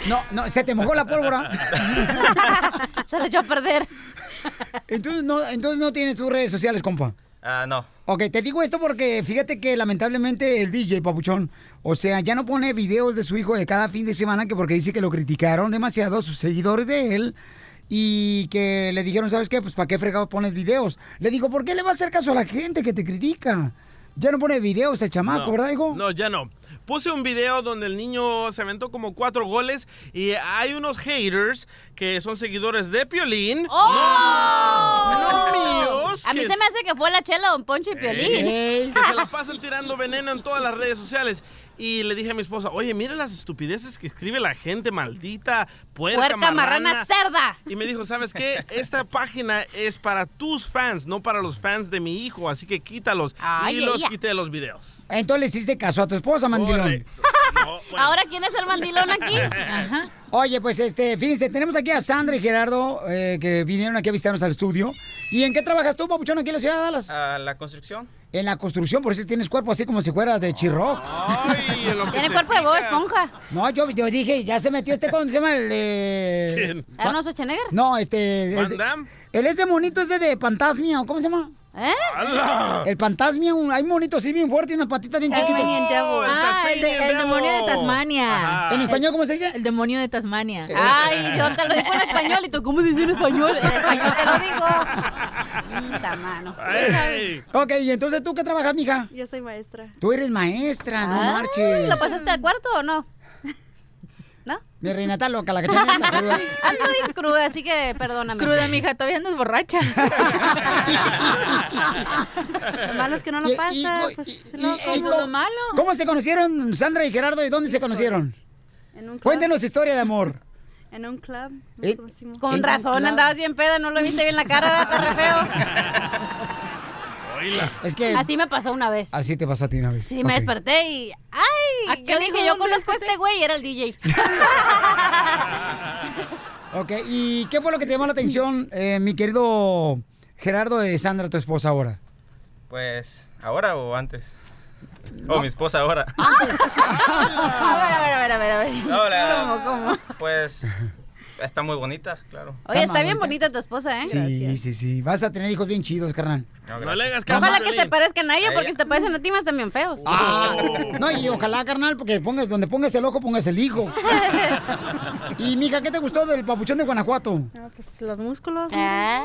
C: No, no, se te mojó la pólvora.
G: Se lo echó a perder.
C: Entonces no, entonces no tienes tus redes sociales, compa.
V: Ah, no.
C: Ok, te digo esto porque fíjate que lamentablemente el DJ Papuchón, o sea, ya no pone videos de su hijo de cada fin de semana que porque dice que lo criticaron demasiado sus seguidores de él y que le dijeron, ¿sabes qué? Pues para qué fregado pones videos. Le digo, ¿por qué le va a hacer caso a la gente que te critica? Ya no pone videos el chamaco,
B: No,
C: ¿verdad, Ah, hijo?
B: No, ya no. Puse un video donde el niño se aventó como cuatro goles y hay unos haters que son seguidores de Piolín.
G: ¡Oh!
B: No míos,
G: A mí
B: que- Eh,
G: se me hace que fue la chela Don Poncho y Piolín.
B: Ey, Que se la pasan tirando veneno en todas las redes sociales. Y le dije a mi esposa, oye, mira las estupideces que escribe la gente maldita, puerca,
G: Puerca, marrana, cerda.
B: Y me dijo, ¿sabes qué? Esta página es para tus fans, no para los fans de mi hijo, así que quítalos.
G: Ay,
B: y los
G: ella.
B: quité de los videos.
C: Entonces le hiciste caso a tu esposa, mandilón.
G: Ahora, ¿quién es el mandilón aquí?
C: Oye, pues este, fíjense, tenemos aquí a Sandra y Gerardo eh, que vinieron aquí a visitarnos al estudio. ¿Y en qué trabajas tú, Papuchón, aquí en la ciudad de Dallas?
V: Ah, la construcción.
C: En la construcción, por eso tienes cuerpo así como si fueras de Chirroc.
G: Tiene cuerpo de Bob Esponja.
C: No, yo, yo dije, ya se metió este, ¿cómo se llama? El de...
G: ¿Quién?
C: Pa-
G: ¿Arnold Schwarzenegger?
C: No, este...
G: ¿Van
C: el de-
G: Damme?
C: El ese monito ese de Pantasmia, ¿o ¿cómo se llama?
G: ¿Eh?
B: ¡Hala!
C: El Pantasmia, un- hay monitos así bien fuertes y unas patitas bien chiquitas.
A: Tasmanian Devil. Ah, el, de- el demonio de Tasmania.
C: En español, ¿cómo se dice?
A: El demonio de Tasmania.
G: Ay, yo te lo digo en español y tú, ¿cómo dices en español? En español te lo digo. Puta mano.
C: Ok, y entonces, ¿tú qué trabajas, mija?
W: Yo soy maestra.
C: Tú eres maestra, no
A: Ah,
G: Ay,
C: marches.
G: Ah, ¿Lo pasaste al cuarto o no?
C: Mi reina está loca, la cachanilla está cruda.
G: Ando bien cruda, así que perdóname.
A: Cruda, mija, todavía no es borracha.
W: Lo malo es que no lo
C: Y- y-
W: pasa.
A: y-
W: pues,
A: y-
W: no,
A: y-
W: ¿cómo?
A: co- malo.
C: ¿Cómo se conocieron Sandra y Gerardo y dónde se conocieron?
W: En un club.
C: Cuéntenos historia de amor.
W: En un club.
C: Eh,
G: Con razón, andabas bien peda, no lo viste bien la cara, ¿verdad? Está re feo.
C: Es que
G: Así me pasó una vez.
C: así te pasó a ti una vez.
G: Sí, me
C: Ok.
G: desperté y.
W: ¿A
G: ¡Ay!
W: qué
G: Yo
W: dijo
G: dije, yo
W: dónde
G: conozco a este güey y era el DJ.
C: Ok, ¿y qué fue lo que te llamó la atención, eh, mi querido Gerardo de Sandra, tu esposa ahora?
V: Pues, ¿ahora o antes? O mi esposa ahora.
G: Ah, A ver, a ver, a ver, a ver. A ver.
V: Hola.
G: ¿Cómo, cómo?
V: Pues, está muy bonita, claro.
G: Oye, está bien bonita tu esposa, ¿eh?
C: Sí, sí, sí. Vas a tener hijos bien chidos, carnal.
V: No le hagas
G: Ojalá que se parezcan a ella,
C: A
G: porque
C: ella.
G: si te parecen a ti, más también feos.
C: Ah, no, y ojalá, carnal, porque pongas donde pongas el ojo, pongas el hijo. y mija, ¿qué te gustó del papuchón de Guanajuato?
W: No, pues los músculos. ¿no?
C: Eh,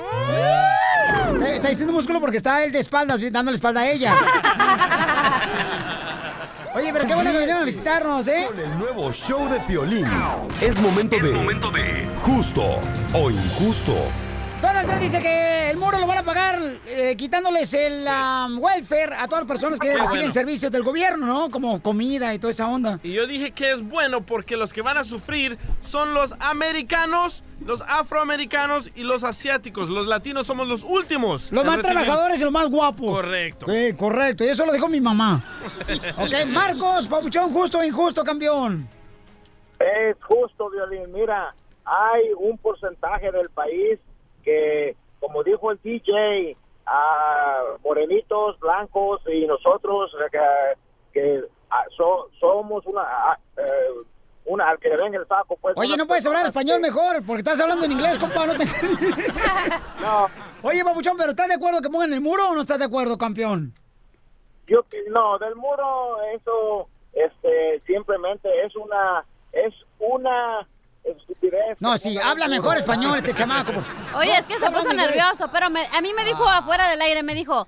C: Está diciendo músculo porque está él de espaldas, bien, dándole espalda a ella. Oye, pero qué bueno que vinieron a visitarnos, ¿eh?
N: El nuevo show de Piolín. Es momento de... Justo o injusto.
C: Donald Trump dice que el muro lo van a pagar eh, quitándoles el um, welfare a todas las personas que
B: Qué
C: reciben
B: bueno.
C: servicios del gobierno, ¿no? Como comida y toda esa onda.
B: Y yo dije que es bueno porque los que van a sufrir son los americanos, los afroamericanos y los asiáticos. Los latinos somos los últimos.
C: Los
B: en
C: más
B: recibir-
C: trabajadores y los más guapos.
B: Correcto.
C: Sí, correcto. Y eso lo dijo mi mamá. Ok, Marcos, papuchón, justo o injusto, campeón.
X: Es justo, Violín. Mira, hay un porcentaje del país que, como dijo el DJ, a morenitos, blancos y nosotros eh, que, que, ah, so- somos una, ah, eh, una al que le den el saco. Pues,
C: Oye,
X: unas
C: no puedes hablar
X: personas
C: español
X: que-
C: mejor, porque estás hablando en inglés, compa, no te
X: No.
C: Oye, papuchón, ¿pero estás de acuerdo que pongan el muro o no estás de acuerdo, campeón?
X: Yo no, del muro eso este simplemente es una es una estupidez.
C: No, sí, habla mejor español este chamaco.
G: Oye, es que se
C: habla
G: puso
C: en inglés. Ah.
G: nervioso, pero me- a mí me dijo afuera del aire, me dijo,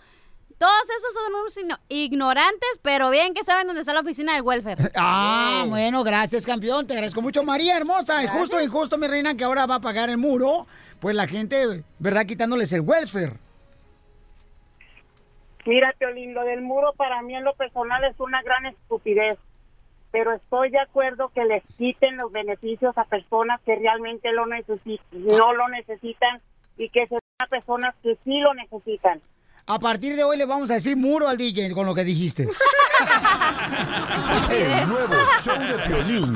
G: Todos esos son unos igno- ignorantes, pero bien que saben dónde está la oficina del welfare.
C: Ah, bueno, gracias, campeón. Te agradezco mucho, María hermosa. Es justo y justo, mi reina, que ahora va a pagar el muro. Pues la gente, ¿verdad? Quitándoles el welfare.
L: Mira, Piolín, lo del muro para mí en lo personal es una gran estupidez, pero estoy de acuerdo que les quiten los beneficios a personas que realmente lo necesi- no lo necesitan y que se a personas que sí lo necesitan.
C: A partir de hoy le vamos a decir muro al DJ con lo que dijiste.
S: Este El nuevo show de Piolín.